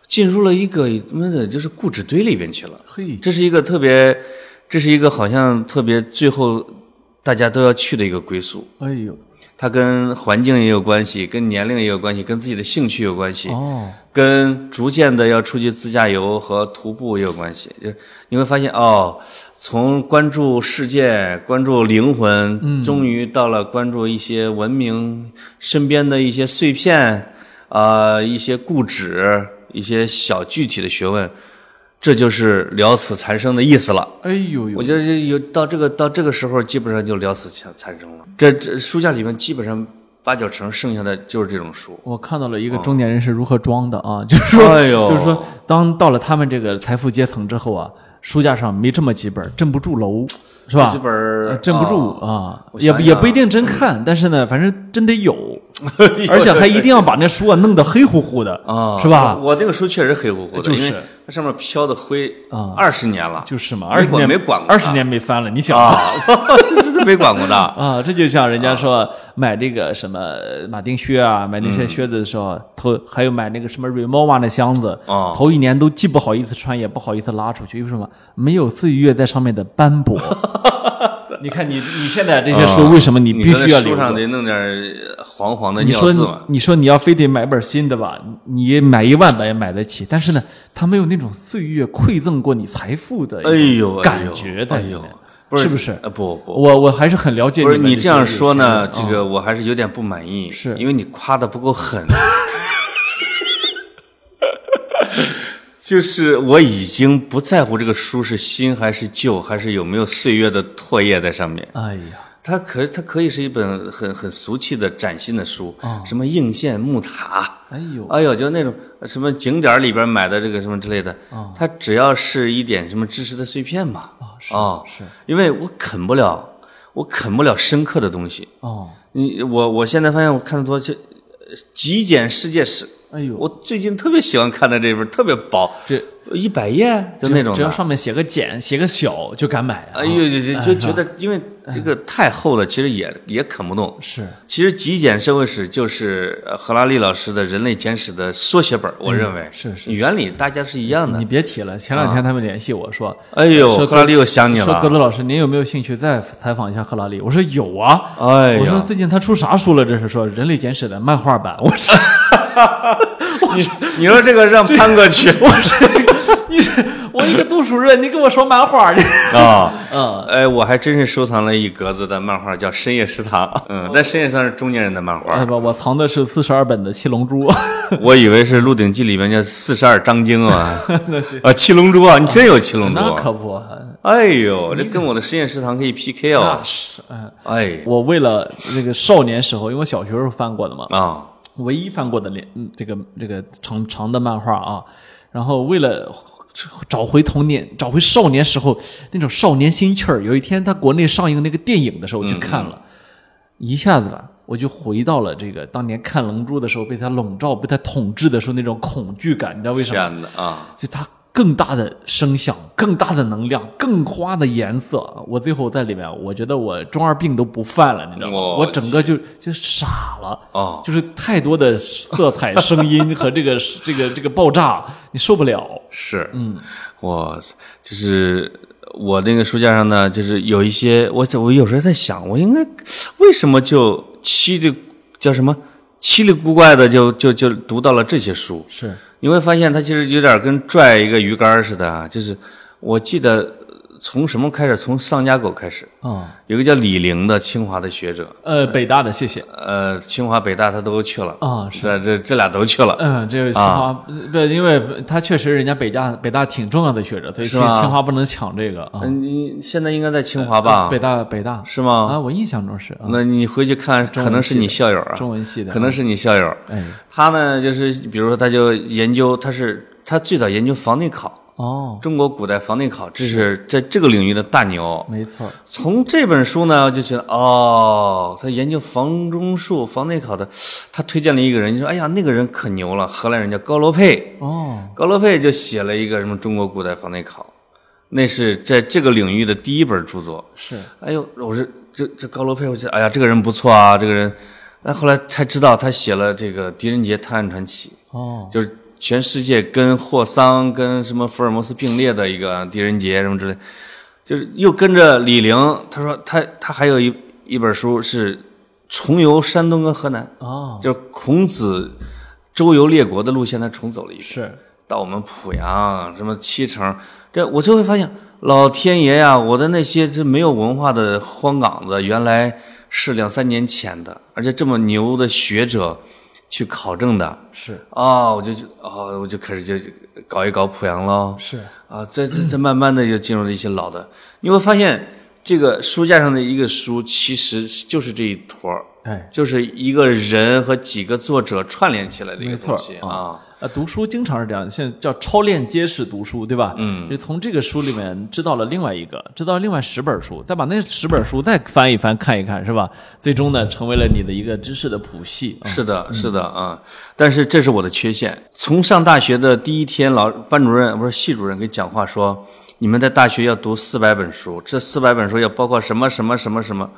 进入了一个妈的，就是固执堆里边去了。嘿，这是一个特别，这是一个好像特别最后大家都要去的一个归宿。哎呦，它跟环境也有关系，跟年龄也有关系，跟自己的兴趣有关系，哦，跟逐渐的要出去自驾游和徒步也有关系。就是你会发现哦，从关注世界、关注灵魂，嗯终于到了关注一些文明身边的一些碎片，啊、一些固执，一些小具体的学问，这就是了此残生的意思了。哎呦呦我，觉得这有到这个到这个时候，基本上就了此残残生了。这这书架里面基本上八九成剩下的就是这种书。我看到了一个中年人是如何装的啊， 就是说，啊哎呦就是说，当到了他们这个财富阶层之后啊，书架上没这么几本，镇不住楼，是吧这？本儿呃镇不住啊啊，我也想不想也不一定真看，但是呢，反正真得 有，而且还一定要把那书啊弄得黑乎乎的啊，是吧？我我那个书确实黑乎乎的，就是因为它上面飘的灰啊二十年了，就是嘛，没二十年管没管过它二十年没翻了，你想啊， 是没管过 的。啊，这就像人家啊说买这个什么马丁靴啊，买那些靴子的时候，头还有买那个什么 Remova 的箱子，嗯啊头一年都既不好意思穿，也不好意思拉出去，为什么？没有岁月在上面的 斑驳。你看你你现在这些书，啊为什么你你必须要在留书着上？得弄点儿黄黄的你尿说渍你嘛？你说你要非得买本新的吧，你买一万本也买得起，但是呢，它没有那种岁月馈赠过你财富的一种哎呦，感哎呦觉在哎里呦面，，不是不是呃不不，我我还是很了解不是们你些这样说呢，有这钱人啊嗯个我还是有点不满意，是因为你夸的不够 狠。就是我已经不在乎这个书是新还是旧，还是有没有岁月的唾液在上面。啊哎呀，它可它可以是一本很很俗气的崭新的书，哦什么应县木塔，哎呦，哎呦，就那种什么景点里边买的这个什么之类的，哦它只要是一点什么知识的碎片嘛，啊、是是因为我啃不了，我啃不了深刻的东西。哦，你我我现在发现我看的多，就《呃极简世界史》，哎呦，我最近特别喜欢看的这本，特别薄，这一百页就那种只要的。上面写个简，写个小就敢买啊哎，呦，就就就觉得，因为这个太厚了，其实也也啃不动。是其实《极简社会史》就是呃赫拉利老师的《人类简史》的缩写本儿，我认为嗯是是原理大家是一样的你。别提了，前两天他们联系我说，啊哎呦，说赫拉利又想你说了。格子老师，您有没有兴趣再采访一下赫拉利？我说有啊，哎我说呀，最近他出啥书了？这是说《人类简史》的漫画版。我说你说这个让潘哥 去我说你是我一个读书人，你跟我说漫画这啊？ 嗯，哎，我还真是收藏了一格子的漫画，叫《深夜食堂》。嗯，但《深夜食堂》是中年人的漫哎画，不，我藏的是四十二本的《七龙珠》我以为是《鹿鼎记》里面叫四十二章经啊 那是，啊，七龙珠啊，你真有七龙珠 那啊？可不，哎呦，这跟我的《深夜食堂》可以 PK 那哦！是嗯。哎我为了那个少年时候，因为我小学时候翻过的嘛，啊，唯一翻过的连嗯这个这个长长的漫画啊，然后为了找回童年，找回少年时候那种少年心气儿，有一天他国内上映那个电影的时候我去看嗯了，一下子吧，我就回到了这个当年看《龙珠》的时候被他笼罩、被他统治的时候那种恐惧感，你知道为什这么吗？样的啊，就它更大的声响、更大的能量、更花的颜色。我最后在里面，我觉得我中二病都不犯了，你知道吗？我我整个就就傻了。哦，就是太多的色彩、声音和这个 这个这个爆炸，你受不了。是，嗯，我就是我那个书架上呢，就是有一些我我有时候在想，我应该为什么就稀里叫什么稀里古怪的就就就读到了这些书？是，你会发现它其实有点跟拽一个鱼竿似的，啊，就是我记得呃从什么开始，从丧家狗开始，嗯，有个叫李玲的清华的学者，呃，北大的，谢谢。呃，清华北大他都去了啊是这这这俩都去了，嗯，这个清啊华不，因为他确实人家北大北大挺重要的学者，所以是清吗清华不能抢这个啊。嗯，你现在应该在清华吧？呃北大北大是吗？啊，我印象中是啊，啊那你回去看，可能是你校友啊，中文系的，可能是你校友。哎他呢，就是比如说，他就研究，他是他最早研究房内考，哦，中国古代房内考，这是在这个领域的大牛。没错，从这本书呢，就觉得哦，他研究房中术、房内考的，他推荐了一个人，就说：“哎呀，那个人可牛了，荷兰人叫高罗佩。”哦，高罗佩就写了一个什么《中国古代房内考》，那是在这个领域的第一本著作。是哎呦，我是这这高罗佩，我觉得哎呀，这个人不错啊，这个人。那后来才知道，他写了这个《狄仁杰探案传奇哦》，，就是全世界跟霍桑、跟什么福尔摩斯并列的一个狄仁杰什么之类，就是又跟着李陵。他说他他还有一一本书是重游山东跟河南，哦，就是孔子周游列国的路线，他重走了一遍。是到我们濮阳什么七城，这我就会发现，老天爷呀，我的那些这没有文化的荒岗子，原来是两三年前的，而且这么牛的学者去考证的是啊、我就啊、我就开始就搞一搞濮阳喽是，啊，再再再慢慢的就进入了一些老的，你会发现这个书架上的一个书其实就是这一坨儿哎，就是一个人和几个作者串联起来的一个没错东西啊，啊，读书经常是这样，现在叫超链接式读书，对吧？嗯，就从这个书里面知道了另外一个，知道另外十本书，再把那十本书再翻一翻看一看，是吧？最终呢，成为了你的一个知识的谱系。啊是的，是的啊、但是这是我的缺陷。从上大学的第一天，老班主任不是系主任给讲话说，你们在大学要读四百本书，这四百本书要包括什么什么什么什么。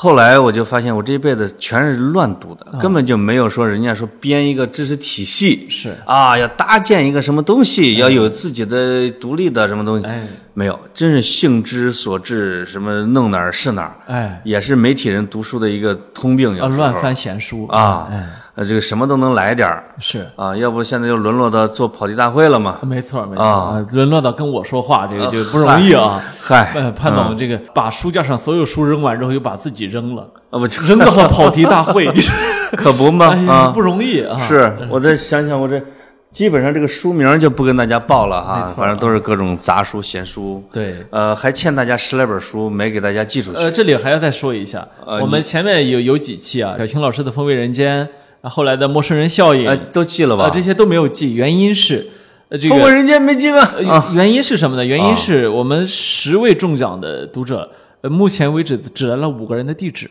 后来我就发现，我这一辈子全是乱读的，嗯根本就没有说人家说编一个知识体系，是啊，要搭建一个什么东西，要有自己的独立的什么东西，哎没有，真是性之所至，什么弄哪儿是哪儿，哎也是媒体人读书的一个通病，有啊，时候乱翻闲书啊哎，呃这个什么都能来点儿是啊，要不现在又沦落到做跑题大会了嘛，没错没错啊，沦落到跟我说话这个就不容易啊。嗨， 呃，潘总，这个把书架上所有书扔完之后，又把自己扔了， 啊不就扔到了跑题大会，你说 可不嘛哎呀，啊，不容易啊。嗯是，我再想想，我这基本上这个书名就不跟大家报了哈，反正都是各种杂书闲书。对，呃，还欠大家十来本书没给大家寄出去。呃，这里还要再说一下，呃我们前面有有几期啊，小青老师的《风味人间》，啊后来的《陌生人效应呃，》都寄了吧啊，？这些都没有记，原因是，呃，这风个味人啊间没寄吗？呃原因是什么呢？原因是我们十位中奖的读者，呃，目前为止只来了五个人的地址，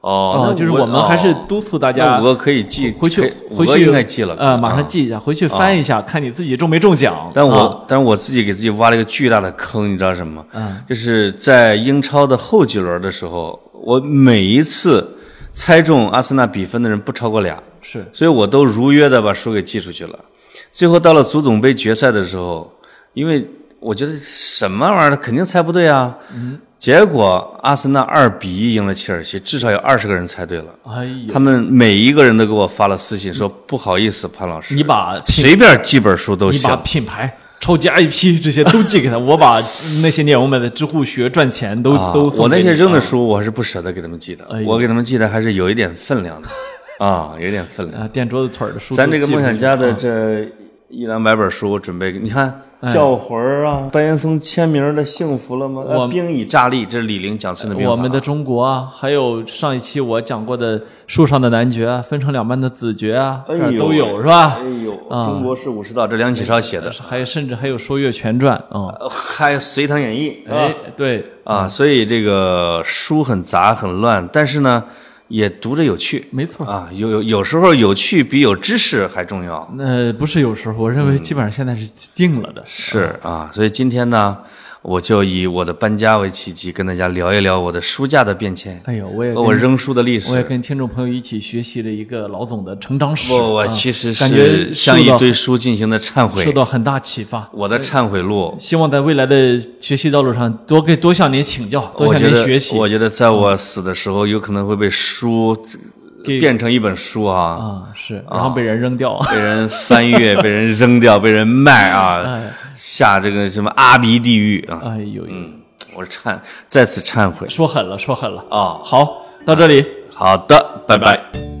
啊哦，那就是我们还是督促大大家五个可以寄，回去可以回五个去应该寄了。呃，马上啊。记一下，回去翻一下，看你自己中没中奖。但啊我但是我自己给自己挖了一个巨大的坑，你知道什么？嗯，就是在英超的后几轮的时候，我每一次猜中阿森纳比分的人不超过俩。是所以我都如约的把书给寄出去了。最后到了足总杯决赛的时候，因为我觉得什么玩意儿肯定猜不对啊，嗯结果阿森纳二比一赢了切尔西，至少有二十个人猜对了。哎呀，他们每一个人都给我发了私信说：“不好意思，潘老师，你把品随便寄本书都你行把。品牌。超级 IP 这些都寄给他，我把那些年我们的知乎学赚钱都、啊”都我送那给你些扔的啊书，我还是不舍得给他们寄的哎。呦我给他们寄的还是有一点分 量的，啊，有一点分量。啊垫桌子腿儿的书都寄咱不这出去，个梦想家的啊哎这一两百本书，我准备给你看《教魂》啊，白岩松签名的《幸福了吗》我啊，《兵以诈立》，这是李陵讲孙的兵法。我们的中国啊，还有上一期我讲过的《树上的男爵》啊，《分成两半的子爵》啊，哎这儿呦都有是吧哎？呦，啊中国是武士道，这梁启超写的，还有甚至还有《说岳全传》啊，呃还有《隋唐演义》哎啊，对，啊，所以这个书很杂很乱，但是呢，也读着有趣没错。啊。有有有时候有趣比有知识还重要。那呃不是有时候，我认为基本上现在是定了的。是啊，所以今天呢，我就以我的搬家为契机，跟大家聊一聊我的书架的变迁。哎呦，我也和我跟扔书的历我史。也跟听众朋友一起学习了一个老总的成长史，我我啊其实感觉是向受一到堆书进行的忏受悔，到很大启发。我的忏悔录。希望在未来的学习道路上多跟多向您请教，多我向觉您得学，习。啊我觉得在我死的时候，有可能会被书给变成一本书啊，嗯啊、是，然后被人扔掉。被人翻阅，被人扔掉，被人卖啊，下这个什么阿鼻地狱啊！ 哎呦呦，嗯，我忏再次忏悔。说狠了，说狠了啊好，到这里。好的，拜拜